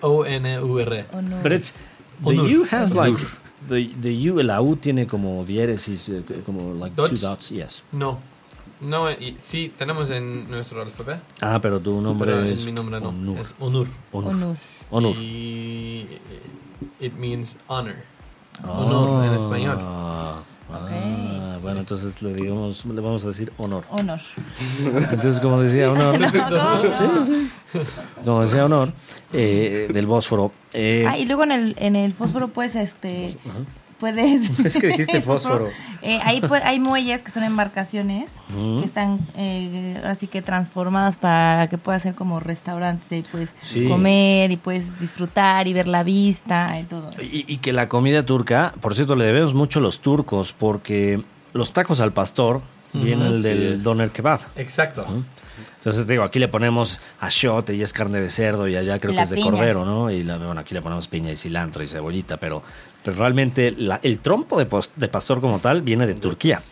O-N-U-R.
Onur.
But it's the
Onur.
U has like
Onur.
the the U la U tiene como diéresis eh, c- como like two
Dots.
dots yes.
No. No, y, sí, tenemos en nuestro alfabeto,
Ah, pero tu nombre
pero
es
en mi nombre no.
Onur.
Es Onur.
Onur.
Onur.
Onur.
Y eh, it means honor.
Ah,
Onur en español.
Ah,
Ok.
bueno, entonces le digamos le vamos a decir honor.
Honor.
Entonces, como decía honor, Sí, sí. como decía honor eh, del Bósforo. eh,
Ah, y luego en el, en el fósforo puedes, este, puedes...
Es que dijiste fósforo.
Eh, ahí pue- hay muelles que son embarcaciones que están eh, ahora sí que transformadas para que puedas ser como restaurantes, ahí puedes
Sí.
comer y puedes disfrutar y ver la vista y todo. eso.
Y, y que la comida turca, por cierto, le debemos mucho a los turcos porque los tacos al pastor vienen
Así
del
es.
doner kebab.
Exacto.
Entonces digo, aquí le ponemos achiote y es carne de cerdo y allá creo
Y
que
la
es de
piña.
cordero, ¿no? Y la- bueno, aquí le ponemos piña y cilantro y cebollita, pero, pero realmente la- el trompo de, pos- de pastor como tal viene de Turquía.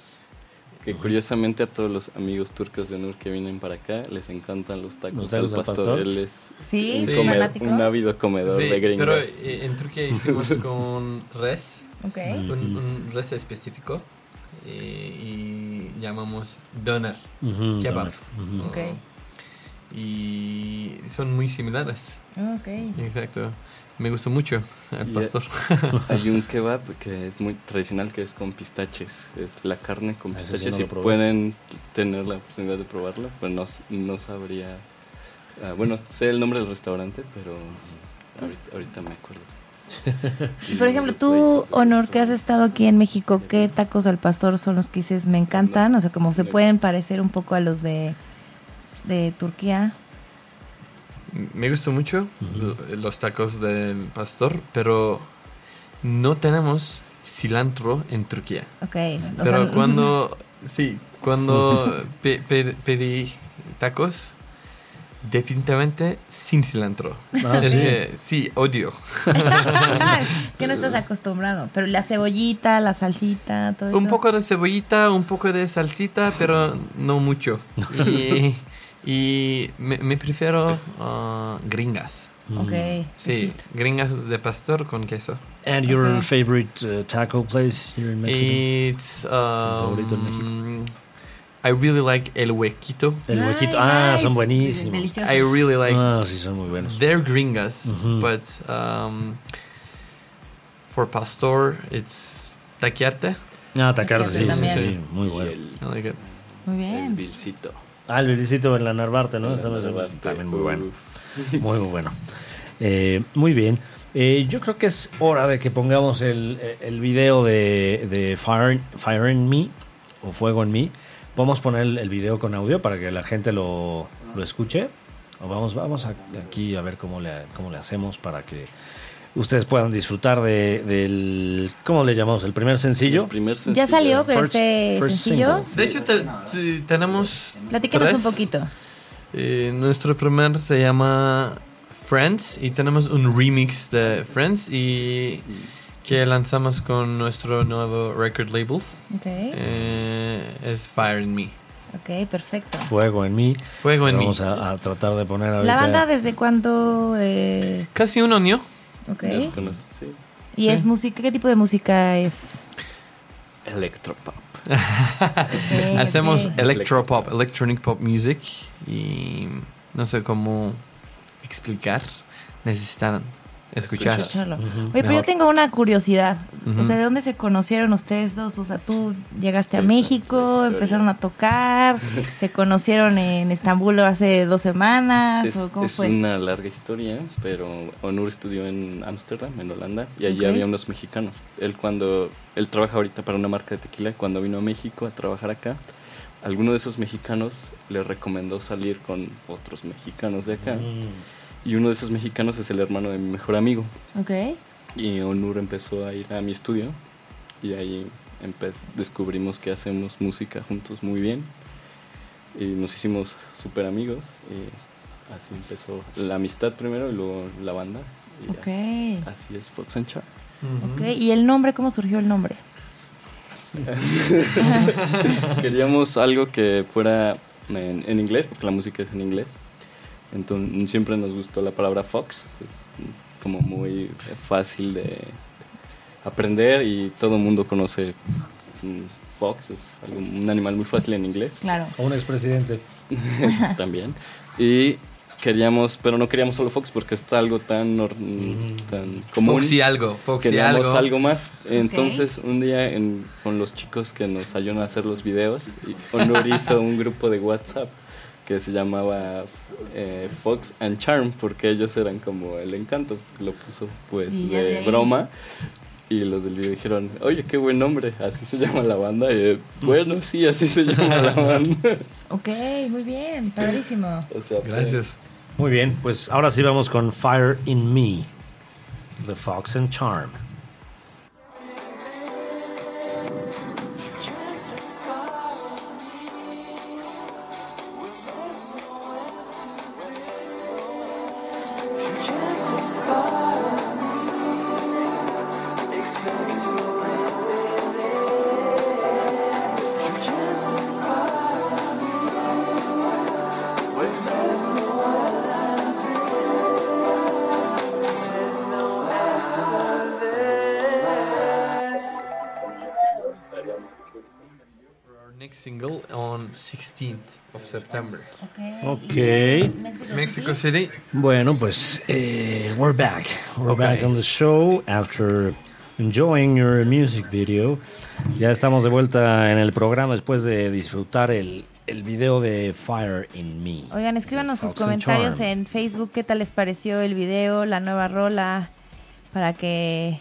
Que curiosamente a todos los amigos turcos de Onur que vienen para acá les encantan los tacos,
¿Los tacos
al
al
pastor.
pastor?
Él es
Sí,
un,
Sí.
come-
fanático.
un ávido comedor
Sí,
de gringos.
pero eh, en Turquía hicimos con res,
Ok.
un, un res específico, eh, y, llamamos doner,
Mm, Ujú,
kebab. Oh.
Ok.
Y son muy similares.
Ok.
Exacto. Me gustó mucho el
Y-
pastor.
Hay un kebab que es muy tradicional que es con pistaches. Es la carne con
Ah, ese sí
pistaches.
no
si
lo probé.
pueden tener la oportunidad de probarlo, pues no, no sabría. ah, bueno, sé el nombre del restaurante, pero ahorita, ahorita me acuerdo. pues,
Y por ejemplo, tú, Honor, que has estado aquí en México, ¿qué tacos al pastor son los que dices me encantan? O sea, como se pueden parecer un poco a los de, de Turquía.
Me gustó mucho lo- los tacos del pastor, pero no tenemos cilantro en Turquía.
Ok. o
Pero
sea,
cuando, sí, cuando pe- pe- pedí tacos, definitivamente sin cilantro.
Ah,
Es
sí.
que, sí, odio.
que no estás acostumbrado. Pero la cebollita, la salsita, todo eso.
Un poco de cebollita, un poco de salsita, pero no mucho. Y, y me, me prefiero ah, gringas.
Ok.
Sí, gringas de pastor con queso.
And your
Ok.
favorite uh, taco place here in Mexico?
It's
favorito en
um, I really like El Huequito.
el
Ay,
huequito. Ah,
nice.
son buenísimos.
Delicioso.
I really like
Ah, sí, son muy buenos.
they're gringas,
Ujú.
but um, for pastor it's taquiarte.
Ah, atacar,
Taquiarte
sí, sí,
también.
sí, muy
Y
bueno.
el,
I like it.
Muy
el
bien.
bilcito.
Ah, el bebecito de la Narvarte, ¿no?
En la
Estamos-
Narvarte.
También muy bueno.
Uf.
Muy, muy bueno. Eh, muy bien. Eh, yo creo que es hora de que pongamos el, el video de, de Fire, Fire in Me o Fuego en Me. Vamos a poner el, el video con audio para que la gente lo, lo escuche. O vamos vamos a- aquí a ver cómo le, cómo le hacemos para que ustedes puedan disfrutar de- del... ¿Cómo le llamamos? ¿El primer sencillo?
El primer
Ya
sencillo.
salió pero
First-
este
first
sencillo.
single.
De hecho, te- te- tenemos.
Platícanos
tres.
un poquito.
Eh, nuestro primer se llama Friends y tenemos un remix de Friends y que lanzamos con nuestro nuevo record label.
Ok,
Eh, es Fire in Me.
ok, perfecto.
Fuego en mí.
Fuego en mí.
Vamos a, a tratar de poner ahorita...
¿La banda desde cuándo? Eh,
Casi un año.
ok.
Ya se conoce, sí.
¿Y
Sí.
es música? ¿Qué tipo de música es?
Electropop.
Ok,
Hacemos
ok.
electropop, electronic pop music y no sé cómo explicar. Necesitan escuchar.
Escucharlo. Oye, pero
Mejor.
yo tengo una curiosidad.
Ujú.
O sea, ¿de dónde se conocieron ustedes dos? O sea, tú llegaste a
Esa es la
México,
historia.
empezaron a tocar, se conocieron en Estambul hace dos semanas,
Es,
¿o cómo
es
fue?
una larga historia, pero Onur estudió en Ámsterdam, en Holanda, y allí
Ok.
había unos mexicanos. Él cuando él trabaja ahorita para una marca de tequila, cuando vino a México a trabajar acá, alguno de esos mexicanos le recomendó salir con otros mexicanos de acá,
Mm.
Mm,
y uno de esos mexicanos es el hermano de mi mejor amigo.
Ok.
Y Onur empezó a ir a mi estudio y ahí empe- descubrimos que hacemos música juntos muy bien y nos hicimos súper amigos y así empezó la amistad primero y luego la banda. Y
Ok.
así, así es Fox and Char.
Ujú.
Ok, ¿y el nombre? ¿Cómo surgió el nombre?
Queríamos algo que fuera en, en inglés porque la música es en inglés. Entonces siempre nos gustó la palabra Fox, es como muy fácil de aprender y todo el mundo conoce mm, Fox, es algo- un animal muy fácil en inglés
Claro.
A un expresidente.
también. Y queríamos, pero no queríamos solo Fox porque está algo tan, or- tan común.
Foxy algo, Foxy
Queríamos
algo.
algo. más. Entonces, un día en- con los chicos que nos ayudan a hacer los videos, y Honor hizo un grupo de WhatsApp que se llamaba eh, Fox and Charm, porque ellos eran como el encanto. Lo puso pues
Y ya de
de
ahí.
broma. Y los del video dijeron, oye, qué buen nombre, así se llama la banda. Y, eh, bueno, sí, así se llama la banda.
Ok, muy bien, padrísimo.
O sea, fue-
Gracias.
Muy bien, pues ahora sí vamos con Fire in Me, The Fox and Charm.
Our next single on 16th of September.
Ok.
Ok.
¿y México
Mexico
City?
City.
Bueno, pues eh, we're back. We're
Ok.
back on the show after enjoying your music video. Ya estamos de vuelta en el programa después de disfrutar el, el video de Fire in Me.
Oigan, escríbanos sus
Fox and
comentarios
Charm.
en Facebook, qué tal les pareció el video, la nueva rola, para que,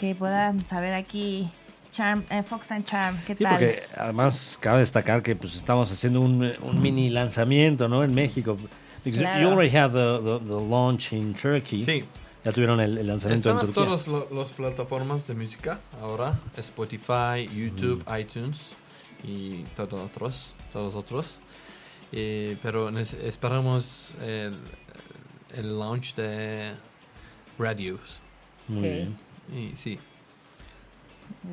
que puedan saber aquí Charm, eh, Fox and Charm, qué
Sí,
tal.
porque además cabe destacar que pues estamos haciendo un, eh, un mini lanzamiento, ¿no? En México. Because
Claro.
You already had the, the- the launch in Turkey.
Sí.
Ya tuvieron el, el lanzamiento
Estamos
en Turquía.
todas las plataformas de música ahora. Spotify, YouTube,
Mm.
iTunes y todos otros. Todos otros. Eh, pero nes- esperamos el, el launch de radios.
Muy
Ok.
bien.
Y sí.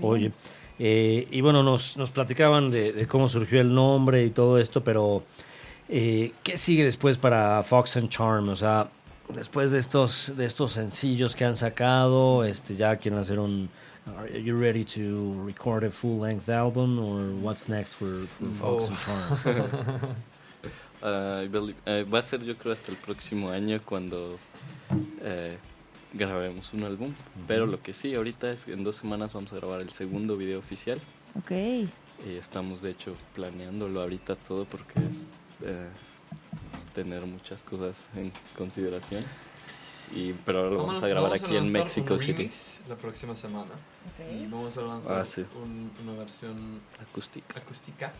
Oye, eh, y bueno, nos, nos platicaban de, de cómo surgió el nombre y todo esto, pero eh, ¿qué sigue después para Fox and Charm? O sea, después de estos, de estos sencillos que han sacado, este, ya quieren hacer un... Are you ready to record a full-length album or what's next for, for Fox
Oh.
and Charm?
I believe- eh, va a ser yo creo hasta el próximo año cuando eh, grabaremos un álbum. Pero lo que sí, ahorita es que en dos semanas vamos a grabar el segundo video oficial.
Ok.
Y estamos de hecho planeándolo ahorita todo porque es eh, tener muchas cosas en consideración. Y, pero ahora lo vamos a grabar
vamos
aquí en
lanzar
Mexico
un
City.
remix La próxima semana. Y
Ok.
vamos a lanzar
Ah, sí.
un- una versión
Acústica.
acústica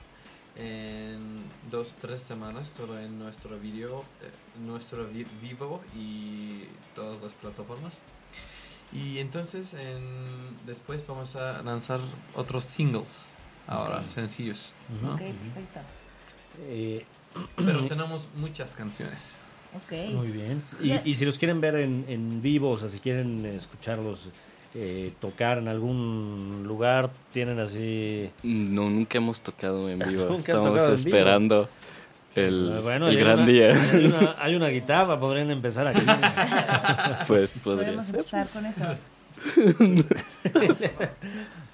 en dos tres semanas todo en nuestro video eh, nuestro vi- vivo y todas las plataformas y entonces en- después vamos a lanzar otros singles ahora sencillos ¿no?
Ok, perfecto.
Eh,
pero tenemos muchas canciones
Ok.
Muy bien. Y,
Ya-
y si los quieren ver en, en vivo, o sea, si quieren escucharlos eh, tocar en algún lugar, tienen así...
No, nunca hemos tocado en vivo.
Nunca han
Estamos
tocado en vivo. Ah,
esperando el,
Pues Bueno,
el
hay
gran
una-
día.
Hay una, hay una guitarra, podrían empezar aquí.
pues podría
Podemos
ser.
empezar con eso.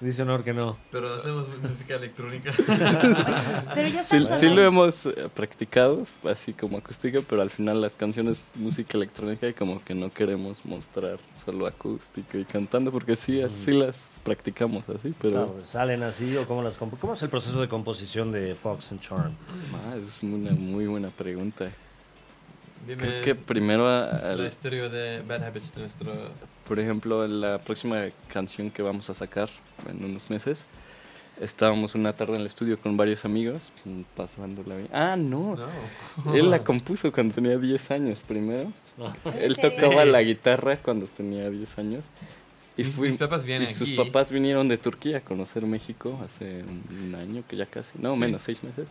Dice Honor que no.
pero hacemos música electrónica
Pero ya
Sí,
están
sí lo
sonando.
hemos eh, practicado, así como acústica, pero al final las canciones música electrónica y como que no queremos mostrar solo acústica y cantando, porque sí, así las practicamos así, pero
Claro, salen así o cómo las comp- ¿Cómo es el proceso de composición de Fox and Charm?
ah, es una muy buena pregunta.
dime
Creo que primero, a- al-
la historia de Bad Habits nuestro
por ejemplo, la próxima canción que vamos a sacar en unos meses, estábamos una tarde en el estudio con varios amigos, mm, pasándola bien. Ah, no,
no
él la compuso cuando tenía 10 años primero. Él
Ah.
Ok.
tocaba la guitarra cuando tenía 10 años. Y,
Mis-
fui-
mis papás vienen
y sus
aquí.
papás vinieron de Turquía a conocer México hace un, un año, que ya casi, no,
Sí.
menos seis meses.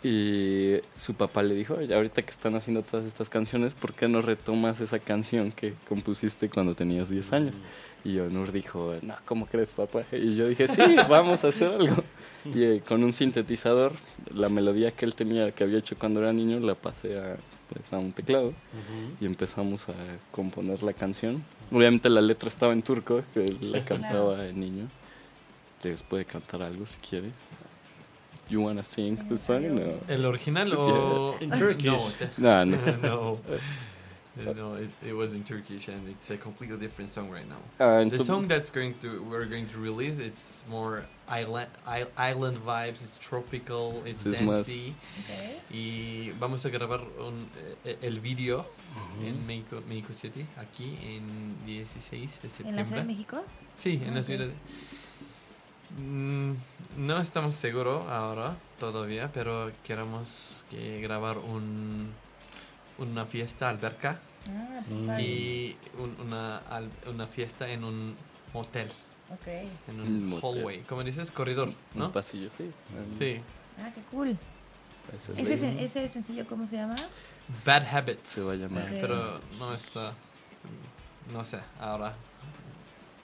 Y su papá le dijo, oye, ahorita que están haciendo todas estas canciones, ¿por qué no retomas esa canción que compusiste cuando tenías 10 años? Y Onur dijo, no, ¿cómo crees, papá? Y yo dije, sí, vamos a hacer algo. Y eh, con un sintetizador, la melodía que él tenía, que había hecho cuando era niño, la pasé a, pues, a un teclado y empezamos a componer la canción. Obviamente la letra estaba en turco, que él la cantaba el niño. Les puede cantar algo si quiere. You wanna sing the song? No.
el original o
Yeah. In Turkish.
no te-
No, no.
no. Uh, no, it, it was in Turkish and it's a completely different song right now.
Ah,
The
entonces-
song that's going to we're going to release it's more island i- island vibes, it's tropical, it's
Es más-
dancey
Ok.
y vamos a grabar un, eh, el video en Mexico, Mexico City aquí en 16 de
¿En la Ciudad de
septiembre.
México?
Sí, en la
Ok.
ciudad. de- Mm, no estamos seguros ahora todavía, pero queremos que grabar un, una fiesta alberca
Ah,
Mm.
vale.
y un- una, al- una fiesta en un hotel,
Ok.
en
Un
un
motel.
hallway, como dices, corredor,
Un
¿no?
pasillo, sí.
Sí.
Ah, qué cool.
Ese
Pues
es
¿Ese,
el-
sen- ese sencillo cómo se llama?
Bad Habits.
Se va a llamar.
Ok.
Pero no está. No sé, ahora.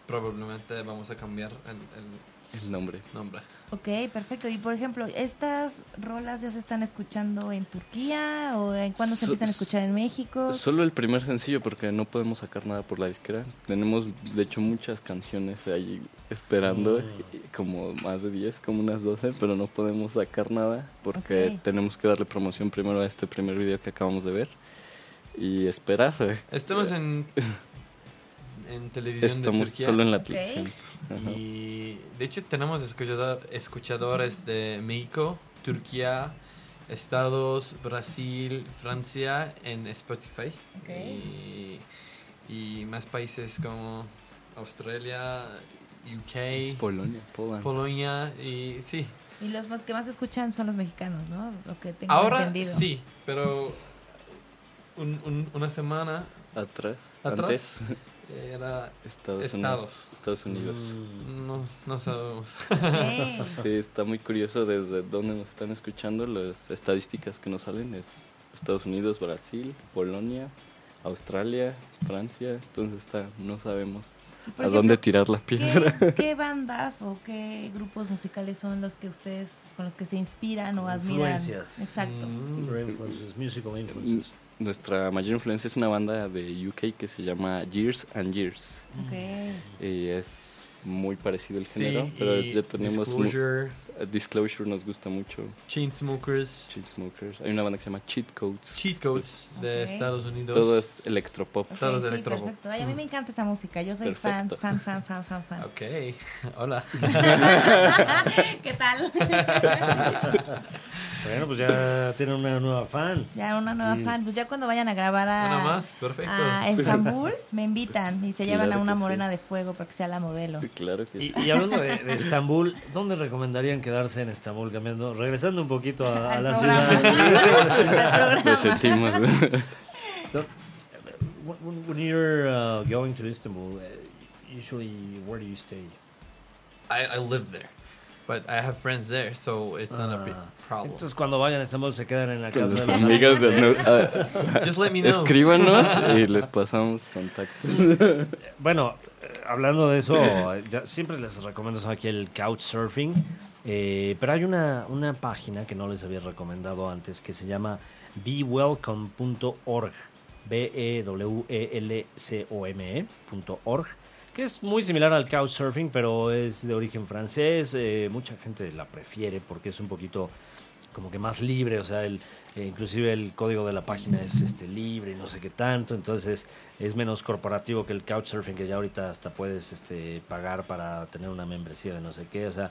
Probablemente vamos a cambiar el, el
El nombre.
nombre.
Ok, perfecto. Y por ejemplo, ¿estas rolas ya se están escuchando en Turquía? ¿O en cuándo se
So-
empiezan a escuchar en México?
Pues Solo el primer sencillo porque no podemos sacar nada por la disquera. Tenemos de hecho muchas canciones ahí esperando,
Ah.
y- como más de 10, como unas 12, pero no podemos sacar nada porque
Ok.
tenemos que darle promoción primero a este primer video que acabamos de ver y esperar. eh.
Estamos en. En televisión de
Estamos
Turquía.
solo en la
Ok.
televisión. Ajá.
Y de hecho tenemos escuchado- escuchadores de México, Turquía, Estados, Brasil, Francia en Spotify.
Ok.
Y, y más países como Australia, UK,
Polonia, Poland.
Polonia y sí.
Y los más que más escuchan son los mexicanos, ¿no? Lo que tengo
Ahora
entendido.
sí, pero un- un- una semana
Atrás.
Atrás.
Antes,
era
Estados,
Estados.
Unidos. Estados Unidos.
No, no sabemos.
Ok.
Sí, está muy curioso desde dónde nos están escuchando. Las estadísticas que nos salen es Estados Unidos, Brasil, Polonia, Australia, Francia. Entonces está, no sabemos
Y, por
a dónde
ejemplo,
tirar la piedra.
¿Qué, qué bandas o qué grupos musicales son los que ustedes con los que se inspiran o admiran?
Influencias.
Exacto.
Mm.
Your influences, musical influences.
Nuestra mayor influencia es una banda de UK que se llama Years and Years.
Ok.
Y es muy parecido el
Sí,
género, pero
y
ya tenemos mu-
Disclosure,
eh, Disclosure nos gusta mucho.
Chainsmokers,
Cheat Smokers. Hay una banda que se llama Cheat Codes.
Cheat Codes de
Ok.
Estados Unidos.
Todo es electropop.
Ok,
Todos
sí,
electropop.
perfecto. Ay, a mí me encanta esa música. Yo soy fan,
Perfecto.
fan, fan, fan, fan, fan.
Ok, hola.
¿Qué tal?
Mm.
Bueno, pues ya tienen una nueva fan.
ya una nueva fan. Pues ya cuando vayan a grabar a,
Nada más, perfecto.
a Estambul, me invitan y se llevan
Claro
a una
que sí.
morena de fuego para que sea la modelo.
Claro que sí.
Y, y hablando de, de Estambul, ¿dónde recomendarían quedarse en Estambul? Cambiando, regresando un poquito a, a
Al
Ah, la
programa.
ciudad.
Lo sentimos.
Don't- when, when you're uh, going to Istanbul, uh, usually where do you stay?
I, I live there, but I have friends there, so it's not a big
Ah,
problem.
Entonces cuando vayan a Estambul se quedan en la
Con
casa de
sus
los amigos.
amigas del nu- ah,
Just let me know.
escríbanos y les pasamos contacto.
Bueno, eh, hablando de eso, eh, ya siempre les recomiendo son aquí el couchsurfing, eh, pero hay una, una página que no les había recomendado antes que se llama bewelcome.org, E B-E-W-E-L-C-O-M-E E punto org, que es muy similar al couchsurfing, pero es de origen francés, eh, mucha gente la prefiere porque es un poquito como que más libre, o sea, el, eh, inclusive el código de la página es este libre y no sé qué tanto, entonces es menos corporativo que el Couchsurfing que ya ahorita hasta puedes este, pagar para tener una membresía de no sé qué, o sea,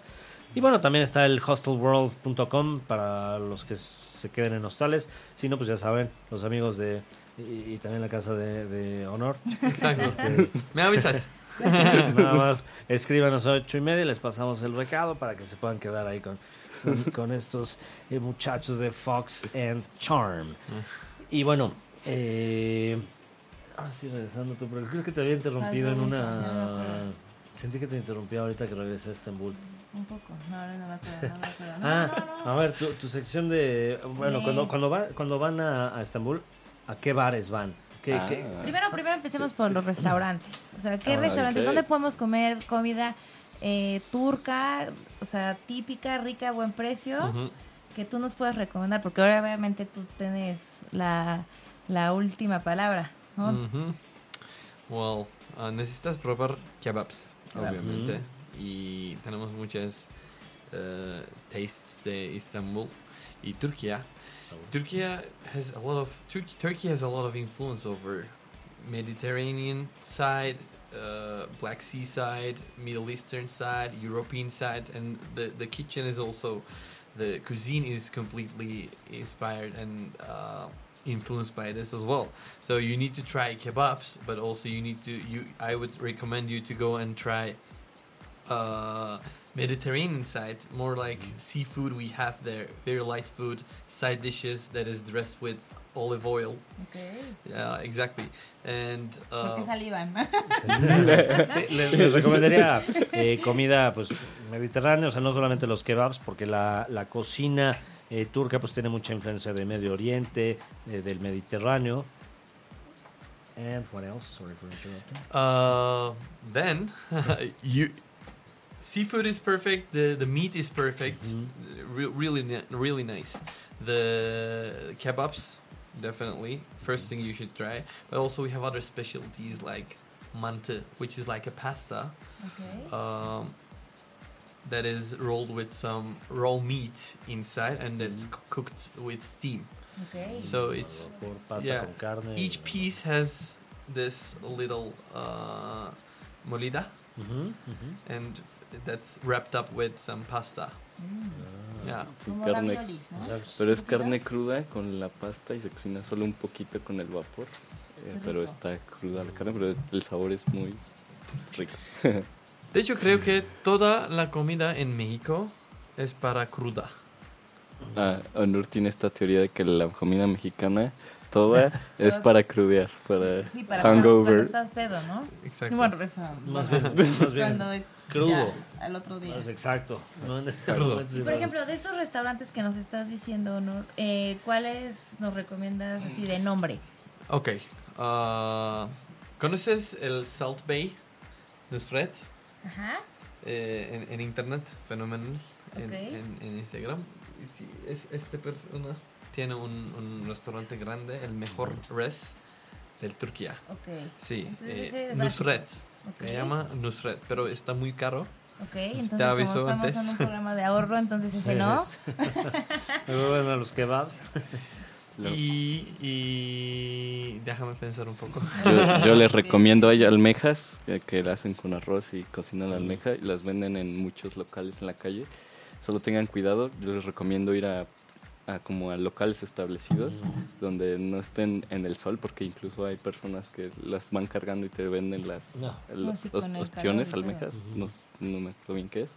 y bueno, también está el hostelworld.com para los que s- se queden en hostales, si no, pues ya saben, los amigos de, y, y también la casa de, de honor,
Exacto.
este,
Me avisas.
Nada más escríbanos a ocho y media, les pasamos el recado para que se puedan quedar ahí con, con, con estos eh, muchachos de Fox and Charm. Y bueno, eh, ahora sí regresando, a tu pregunta, creo que te había interrumpido en una... Sentí que te interrumpí ahorita que regresé a Estambul.
Un poco. No, no, no me acuerdo. No me acuerdo. No,
Ah,
no, no.
a ver, tu, tu sección de... Bueno,
Sí.
cuando, cuando, va- cuando van a, a Estambul, ¿a qué bares van? ¿Qué,
Ah.
qué-
Primero, primero empecemos por los restaurantes. O sea, ¿qué
Ah,
restaurantes?
ok.
¿Dónde podemos comer comida eh, turca, o sea, típica, rica, a buen precio,
Ujú.
que tú nos puedes recomendar? Porque ahora obviamente tú tienes la, la última palabra, ¿no?
Ujú. Mm-hmm. Well, ah, necesitas probar kebabs,
Kebabs.
obviamente. Y tenemos muchas eh, tastes de Istanbul y Turquía. Turkey has a lot of Tur- Turkey has a lot of influence over Mediterranean side, uh, Black Sea side, Middle Eastern side, European side, and the the kitchen is also the cuisine is completely inspired and uh, influenced by this as well. So you need to try kebabs, but also you need to you. I would recommend you to go and try. Uh, Mediterranean side, more like seafood we have there, very light food, side dishes that is dressed with olive oil.
Okay.
Yeah, exactly. And
¿Por qué
uh,
salivan?
Sí, les, les recomendaría eh, comida pues mediterránea, o sea, no solamente los kebabs, porque la, la cocina eh, turca pues tiene mucha influencia de Medio Oriente, eh, del Mediterráneo. And what else? Sorry for interrupting.
uh, then you seafood is perfect. The the meat is perfect.
Mhm.
Re- really ni- really nice. The kebabs definitely first thing you should try. But also we have other specialties like mante, which is like a pasta.
Ok.
um, that is rolled with some raw meat inside and that's c- cooked with steam.
Ah,
ok.
So it's
Por pasta
yeah,
con carne.
each piece has this little uh, molida
Ujú, ujú.
and f- that's wrapped up with some pasta.
Ah,
Yeah.
Sí,
Mm, Como
carne,
raviolis, ¿no?
Exacto.
pero es carne cruda con la pasta y se cocina solo un poquito con el vapor. Eh, pero
rico.
está cruda la carne, pero es- el sabor es muy rico.
De hecho, creo que toda la comida en México es para cruda.
Ah, Onur tiene esta teoría de que la comida mexicana toda es para crudear, para,
Sí, para cuando
hangover.
estás pedo, ¿no?
Exacto.
Bueno, eso,
pues, Más
bueno,
bien, más bien.
cuando es
Crudo.
ya, al otro día.
Más Exacto. No en este
Crudo.
momento, sí,
Por
pero-
ejemplo, de esos restaurantes que nos estás diciendo, Nur, eh, ¿cuáles nos recomiendas así de nombre?
Ok. ah, ¿Conoces el Salt Bay, Nusret?
Ajá.
eh, en, en internet, fenomenal, en,
Ok.
en- en Instagram. Y si es, esta persona tiene un, un restaurante grande, el mejor res del Turquía.
Ok.
Sí,
Entonces
eh,
ese es básico.
Nusret.
ok.
Se llama Nusret, pero está muy caro.
Ok, entonces
Te
como
aviso
estamos
antes.
en un programa de ahorro, entonces ese no.
Me vuelven a los kebabs.
Y, y déjame pensar un poco.
Yo, yo les recomiendo, hay almejas eh, que la hacen con arroz y cocinan la almeja y las venden en muchos locales en la calle. Solo tengan cuidado, yo les recomiendo ir a, a como a locales establecidos
Ah,
donde no estén en el sol porque incluso hay personas que las van cargando y te venden las
No.
No,
los,
sí,
los
con el
ostiones,
calor y
almejas,
todo.
no, no me acuerdo bien qué es.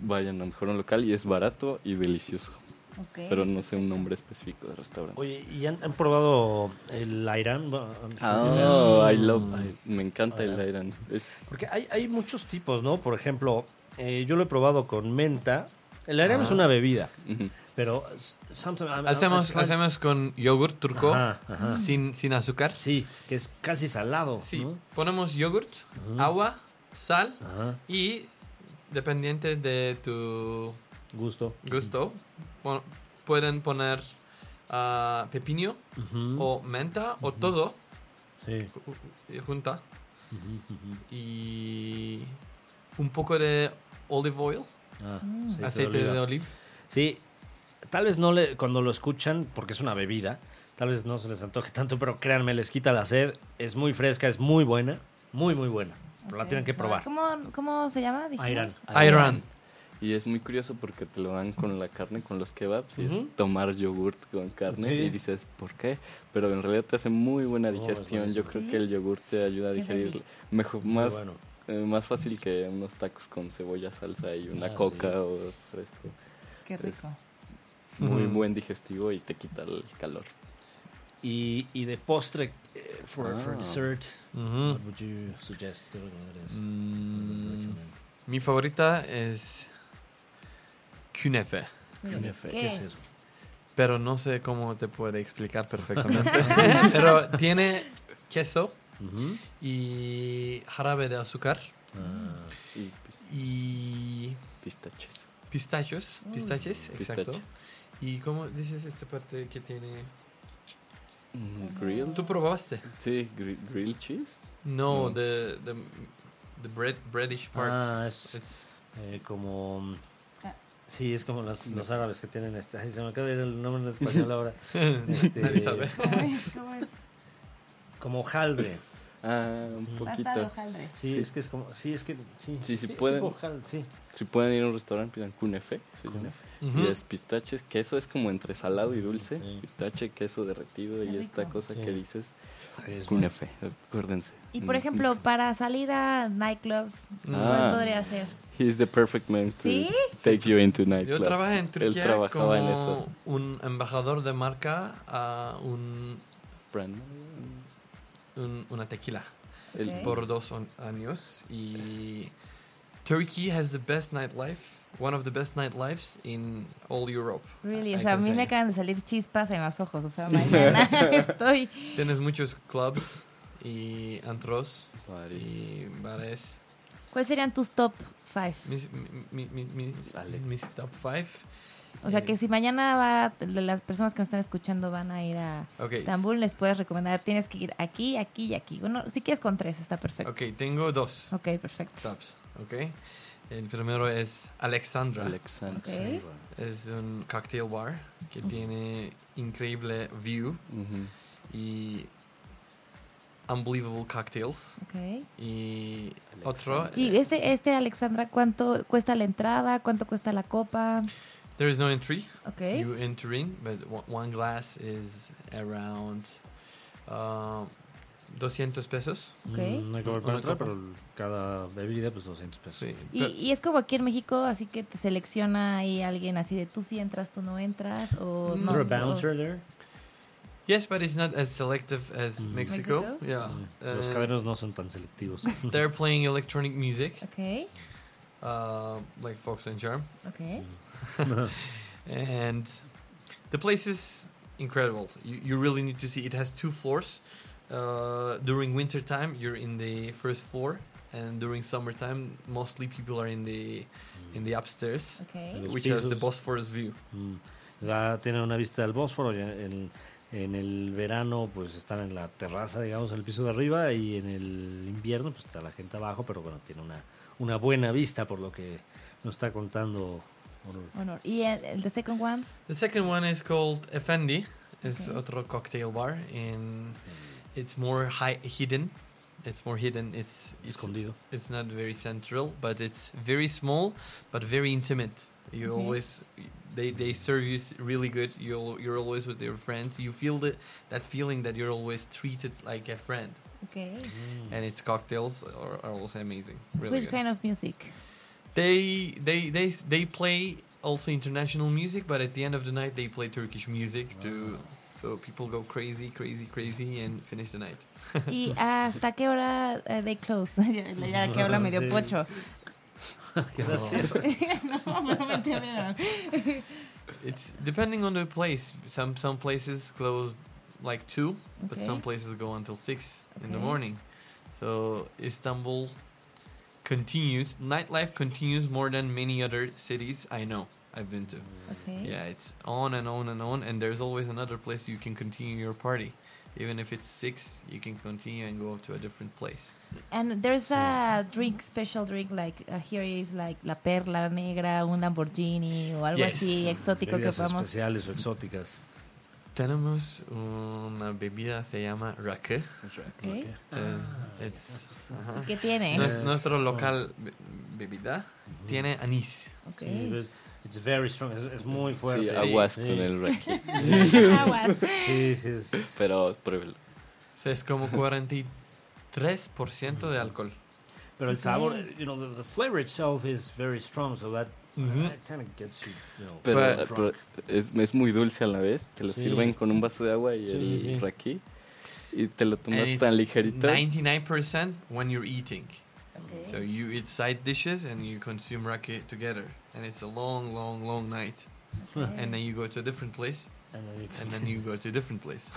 Vayan a mejor a un local y es barato y delicioso,
Ok.
pero no sé un nombre específico de restaurante.
Oye, ¿y han, han probado el Airan? Bueno,
Oh, I love,
Mm.
I- me encanta el Iron. Es-
Porque hay, hay muchos tipos, ¿no? Por ejemplo, eh, yo lo he probado con menta. El Airan es una bebida,
ujú.
pero s- sometimes I'm- I'm-
Hacemos,
I'm trying-
hacemos con yogur turco
Ajá, ajá.
Sin, sin azúcar.
Sí, que es casi salado.
Sí,
¿no?
ponemos yogurt, agua, sal
Ajá,
y dependiente de tu
gusto.
gusto, pon- pueden poner ah, pepino
Ujú,
o menta o todo
Sí.
ju- ju- junta
Ujú, ujú.
y un poco de olive oil,
Ah, sí, te
aceite
olvida.
de olive.
Sí, tal vez no le, cuando lo escuchan, porque es una bebida, tal vez no se les antoje tanto, pero créanme, les quita la sed. Es muy fresca, es muy buena, muy, muy buena. Pero la
Ok,
tienen que
suave.
probar.
¿Cómo, cómo se llama? dijimos?
Ayran.
Ayran.
Y es muy curioso porque te lo dan con la carne, con los kebabs, y es tomar yogurt con carne.
Sí. Oh,
Y dices, ¿por qué? Pero en realidad te hace muy buena
es
digestión. Yo
buenísimo.
creo
Sí.
que el yogurt te ayuda a
Qué
digerir
deli.
mejor,
Muy
más,
bueno.
eh, más fácil que unos tacos con cebolla, salsa y una
Ah, sí.
coca o fresco.
Qué rico.
Es muy
Ujú.
buen digestivo y te quita el calor.
Y, y de postre, eh, for, for
Ah.
dessert,
Ujú.
what would you suggest? ¿Qué recomendarías?
Mm, mi favorita es cunefe,
Cunefe, ¿Qué es eso?
pero no sé cómo te puede explicar perfectamente. pero tiene queso
Ujú.
y jarabe de azúcar
Ah,
Y pis-
y
pistaches.
Pistachos, pistaches, exacto.
Mm. Pistaches.
¿Y cómo dices esta parte que tiene?
Mm, grill.
¿Tú probaste?
Sí, gri- grill cheese.
No,
No.
the, the, the bread, breadish part.
Ah, es
It's-
eh, como...
Ah.
Sí, es como las- los árabes que tienen este... Ay, se me acaba de ir el nombre en español ahora. Este,
Nadie sabe.
¿Cómo es? ¿Cómo es?
Como hojaldre.
Ah, un
Pasta de
poquito.
hojaldre.
Sí,
Sí.
es que es como. Sí, es que. Sí,
Sí, sí
es
pueden.
tipo hojaldre, sí.
Si pueden ir a un restaurante, pidan cunefe. se llama.
Ujú.
Y es pistaches, queso es como entre salado y dulce.
Sí.
Pistache, queso derretido y
Qué
esta
rico.
cosa
Sí.
que dices.
Es
Cunefe, acuérdense.
Y por
Mm.
ejemplo, para salir a nightclubs, ¿cuál
Ah.
Mm, podría ser?
He's the perfect man to
¿Sí?
take you into night
Yo trabajé en
Él
Turquía
trabajaba
como
en eso.
un embajador de marca a un,
Brand-
un- una tequila
el-
Ok.
por dos on- años. Y Turkey has the best nightlife, one of the best nightlifes in all Europe.
Really,
I
o sea, a
can
mí me
say.
acaban de salir chispas en los ojos, o sea, mañana estoy.
Tienes muchos clubs y antros
Party.
y bares.
¿Cuáles serían tus top five?
Mis, mi- mi- mi- mis,
Dale.
mis top Eh, 5.
O sea, que si mañana va, las personas que nos están escuchando van a ir a
Ok,
Estambul, les puedes recomendar, tienes que ir aquí, aquí y aquí. Uno, si quieres con tres, está perfecto.
ok, tengo dos
Ok, perfecto.
tops. Ok. El primero es Alexandra.
Alexandra.
Ok.
es un cocktail bar que tiene increíble view
Ujú.
y unbelievable cocktails.
ok.
Y otro,
Y este, este, Alexandra, ¿cuánto cuesta la entrada? ¿Cuánto cuesta la copa?
there is no entry.
Ok.
you enter in, but one- one glass is around uh, 200 pesos.
Ok.
Mm, No hay que volver
Una
a entrar,
copa.
pero cada bebida, pues 200 pesos.
Sí,
Y,
pe-
y es como aquí en México, así que te selecciona ahí alguien así de tú sí entras, tú no entras, o
Mm.
Is
no.
there a
o-
bouncer there?
yes, but it's not as selective as
Mm.
Mexico.
Mexico?
Yeah.
Los
Uh,
caderos no son tan selectivos.
they're playing electronic music,
Ok,
uh, like Fox and Charm,
ok.
and the place is incredible. You, you really need to see. It has two floors. Uh, during winter time, you're in the first floor, and during summertime, mostly people are in the in the upstairs,
Ok.
Los
which has the
pisos.
Bosphorus view.
Mm. Da- tiene una vista del Bósforo y en, En el verano, pues están en la terraza, digamos, en el piso de arriba, y en el invierno, pues está la gente abajo, pero bueno, tiene una, una buena vista por lo que nos está contando. Honor.
Honor. Y el, el The Second One,
The second one is called Effendi. It's otro cocktail bar and it's more high, hidden. It's more hidden. It's, it's
Escondido.
It's not very central, but it's very small, but very intimate. You
Mhm.
always they they serve you s- really good. You're you're always with your friends. You feel the, that feeling that you're always treated like a friend.
okay.
And its cocktails are, are also amazing. Really
Mm. Which
good.
kind of music?
they they they they play also international music, but at the end of the night they play Turkish music too. So people go crazy, crazy, crazy, and finish the night.
¿Y hasta qué hora eh, they close? ya ya que habla medio
Sí.
pocho.
Ah, Gracias.
no, pero me entendieron.
It's depending on the place. Some some places close like two, but
Okay.
some places go until six in the
Okay.
morning. So Istanbul continues nightlife continues more than many other cities I know I've been to.
Okay.
Yeah, it's on and on and on, and there's always another place you can continue your party. Even if it's six, you can continue and go to a different place.
And there's a drink, special drink, like uh, here is like la perla negra, un Lamborghini o algo
Yes.
así exótico que
Bebidas
podamos.
especiales o exóticas.
Tenemos una bebida se llama rakı.
Okay.
Eh, it's ajá.
¿Qué tiene?
Nues-
Eh,
nuestro local be- bebida tiene anís.
Sí,
Okay.
es- It's very strong, es, es muy fuerte.
Sí, aguas
Sí.
con el raki.
Aguas.
Sí, sí, es-
Pero pruébelo.
O sea, es como 43% de alcohol.
pero el sabor,
Ok.
you know, the, the flavor itself is very strong, so that
Ujú.
uh, it kind of gets you, you know,
Pero,
Pero-
pero es, es muy dulce a la vez. Te lo
Sí.
sirven con un vaso de agua y
Sí,
el
sí, sí.
raquí. Y te lo
And
tomas
it's
tan ligerito.
99% when you're eating.
Okay.
So you eat side dishes and you consume rakı together. And it's a long, long, long night. And then you go to a different place
and then you can-
and then you go to a different place.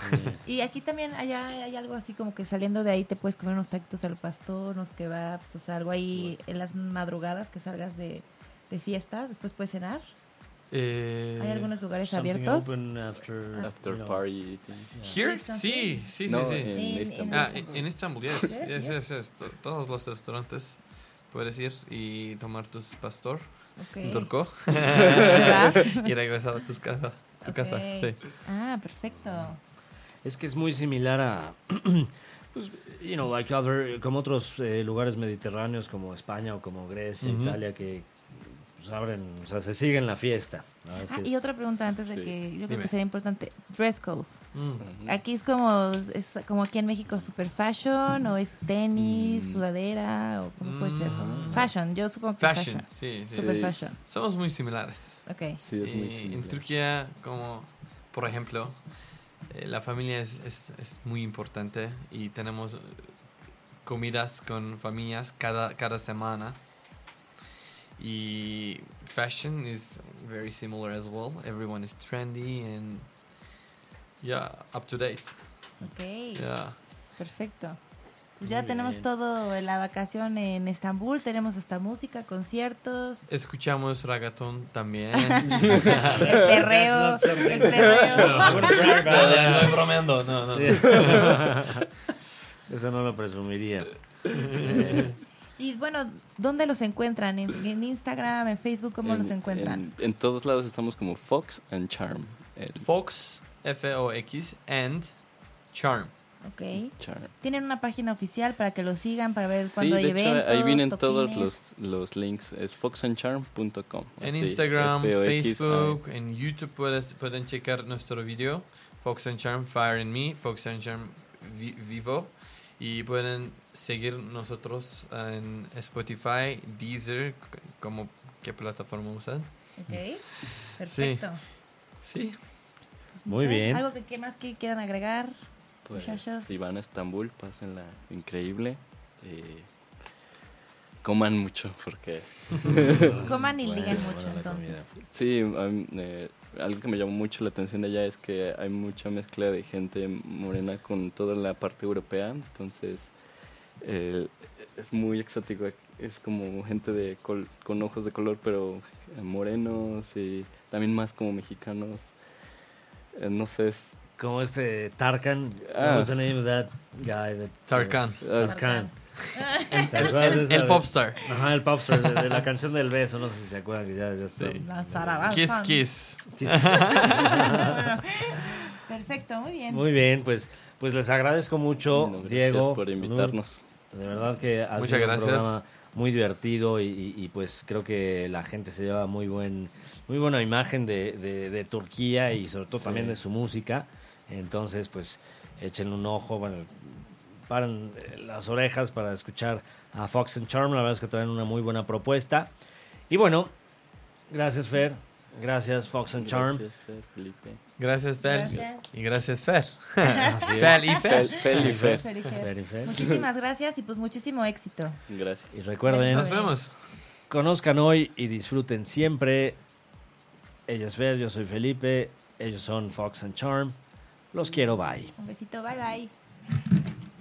Y aquí también allá hay algo así como que saliendo de ahí te puedes comer unos taquitos al pastor, unos kebabs, o sea, algo ahí en las madrugadas que salgas de, de fiesta, después puedes cenar.
Eh,
Hay algunos lugares
something
abiertos.
open after,
After
you know,
party.
Uh, Here?
Istanbul?
Sí, sí, sí,
No, eh.
sí.
En-
en
en-
Istanbul.
Ah, en, en Istanbul, yes.
Yes,
Yes,
yes.
yes, yes. To- Todos los restaurantes puedes ir y tomar tus pastor
Okay.
turco
Ah, ¿Verdad?
y regresar a tus casa, tu casa.
Ok.
Sí.
Ah, perfecto.
Es que es muy similar a, pues, you know, like other, como otros eh, lugares mediterráneos como España o como Grecia,
Ujú.
Italia, que pues, abren, o sea, se siguen la fiesta. ¿no? Es
Ah,
que
y
es-
otra pregunta antes de
Sí.
que yo creo
Dime.
que sería importante. Dress code.
Mm.
Aquí es como, es como aquí en México super fashion o es tenis,
Mm.
sudadera o cómo puede ser.
Mm.
Fashion, yo supongo que fashion.
Fashion, sí, sí.
Super
Sí.
fashion.
Somos muy similares.
Ok.
Sí, es muy
Eh, en
similar.
Turquía, como por ejemplo, eh, la familia es, es- es muy importante y tenemos eh, comidas con familias cada, cada semana. Y fashion is very similar as well. Everyone is trendy and yeah, up to date.
Ok.
Yeah.
Perfecto.
Muy
Pues ya tenemos
bien.
todo en la vacación en Estambul, tenemos hasta música, conciertos,
Escuchamos reggaeton también.
el perreo,
That's not something-
el perreo.
I wouldn't brag about that.
estoy bromeando, no, no.
Eso no lo presumiría.
Y bueno, ¿dónde los encuentran? ¿En, en Instagram, en Facebook, cómo
En-
los encuentran?
En, en todos lados estamos como Fox and Charm. El
Fox, F-O-X, and Charm.
Ok.
Charm.
Tienen una página oficial para que los sigan, para ver cuándo
sí,
hay
de hecho,
eventos.
ahí vienen todos
toquines.
los, los links. Es foxandcharm.com.
En
así,
Instagram,
F-O-X,
Facebook, en YouTube puedes- pueden checar nuestro video Fox and Charm Fire in Me, Fox and Charm Vi- Vivo y pueden seguir nosotros en Spotify, Deezer, c- como qué plataforma usan.
Ok, perfecto.
Sí.
Pues, no
Muy
sé,
bien.
¿Algo que qué más que quieran agregar?
ah, pues,
muchachos.
si van a Estambul, pásenla increíble. eh, coman mucho, porque
Coman y
Bueno,
ligan
bueno,
mucho
la
entonces.
Sí, am- eh, algo que me llamó mucho la atención de allá es que hay mucha mezcla de gente morena con toda la parte europea, entonces eh, es muy exótico, es como gente de col- con ojos de color, pero eh, morenos y también más como mexicanos, Eh, no sé, es
como este Tarkan.
Ah.
What was the name of that guy? that- uh,
Tarkan.
Tarkan. ¿Te
El,
acuerdas de
el-
esa
el
vez?
popstar.
Ajá, el popstar de, de la canción del beso, no sé si se acuerdan que ya, ya está.
Sí.
La zarabazán.
Kiss Kiss.
Perfecto, muy bien.
Muy bien, pues, pues les agradezco mucho,
Bueno, gracias
Diego.
por invitarnos.
Nur, de verdad que ha
Muchas
sido
gracias.
un programa muy divertido y, y- y, pues creo que la gente se lleva muy buen, muy buena imagen de, de- de Turquía y sobre todo
Sí.
también de su música. Entonces, pues echen un ojo, bueno, paran eh, las orejas para escuchar a Fox and Charm. La verdad es que traen una muy buena propuesta. Y bueno, gracias Fer, gracias Fox and Charm.
Gracias, Fer, Felipe.
Gracias, Fel.
Gracias.
Y gracias, Fer.
Así es.
Fel y Fer.
Fel, Fel y Fer.
Feliz-
Fer y Fer.
Muchísimas gracias y pues muchísimo éxito.
Gracias.
Y recuerden,
Nos vemos.
conozcan hoy y disfruten siempre. Ella es Ver, yo soy Felipe, ellos son Fox and Charm. Los quiero, bye.
Un besito, bye bye.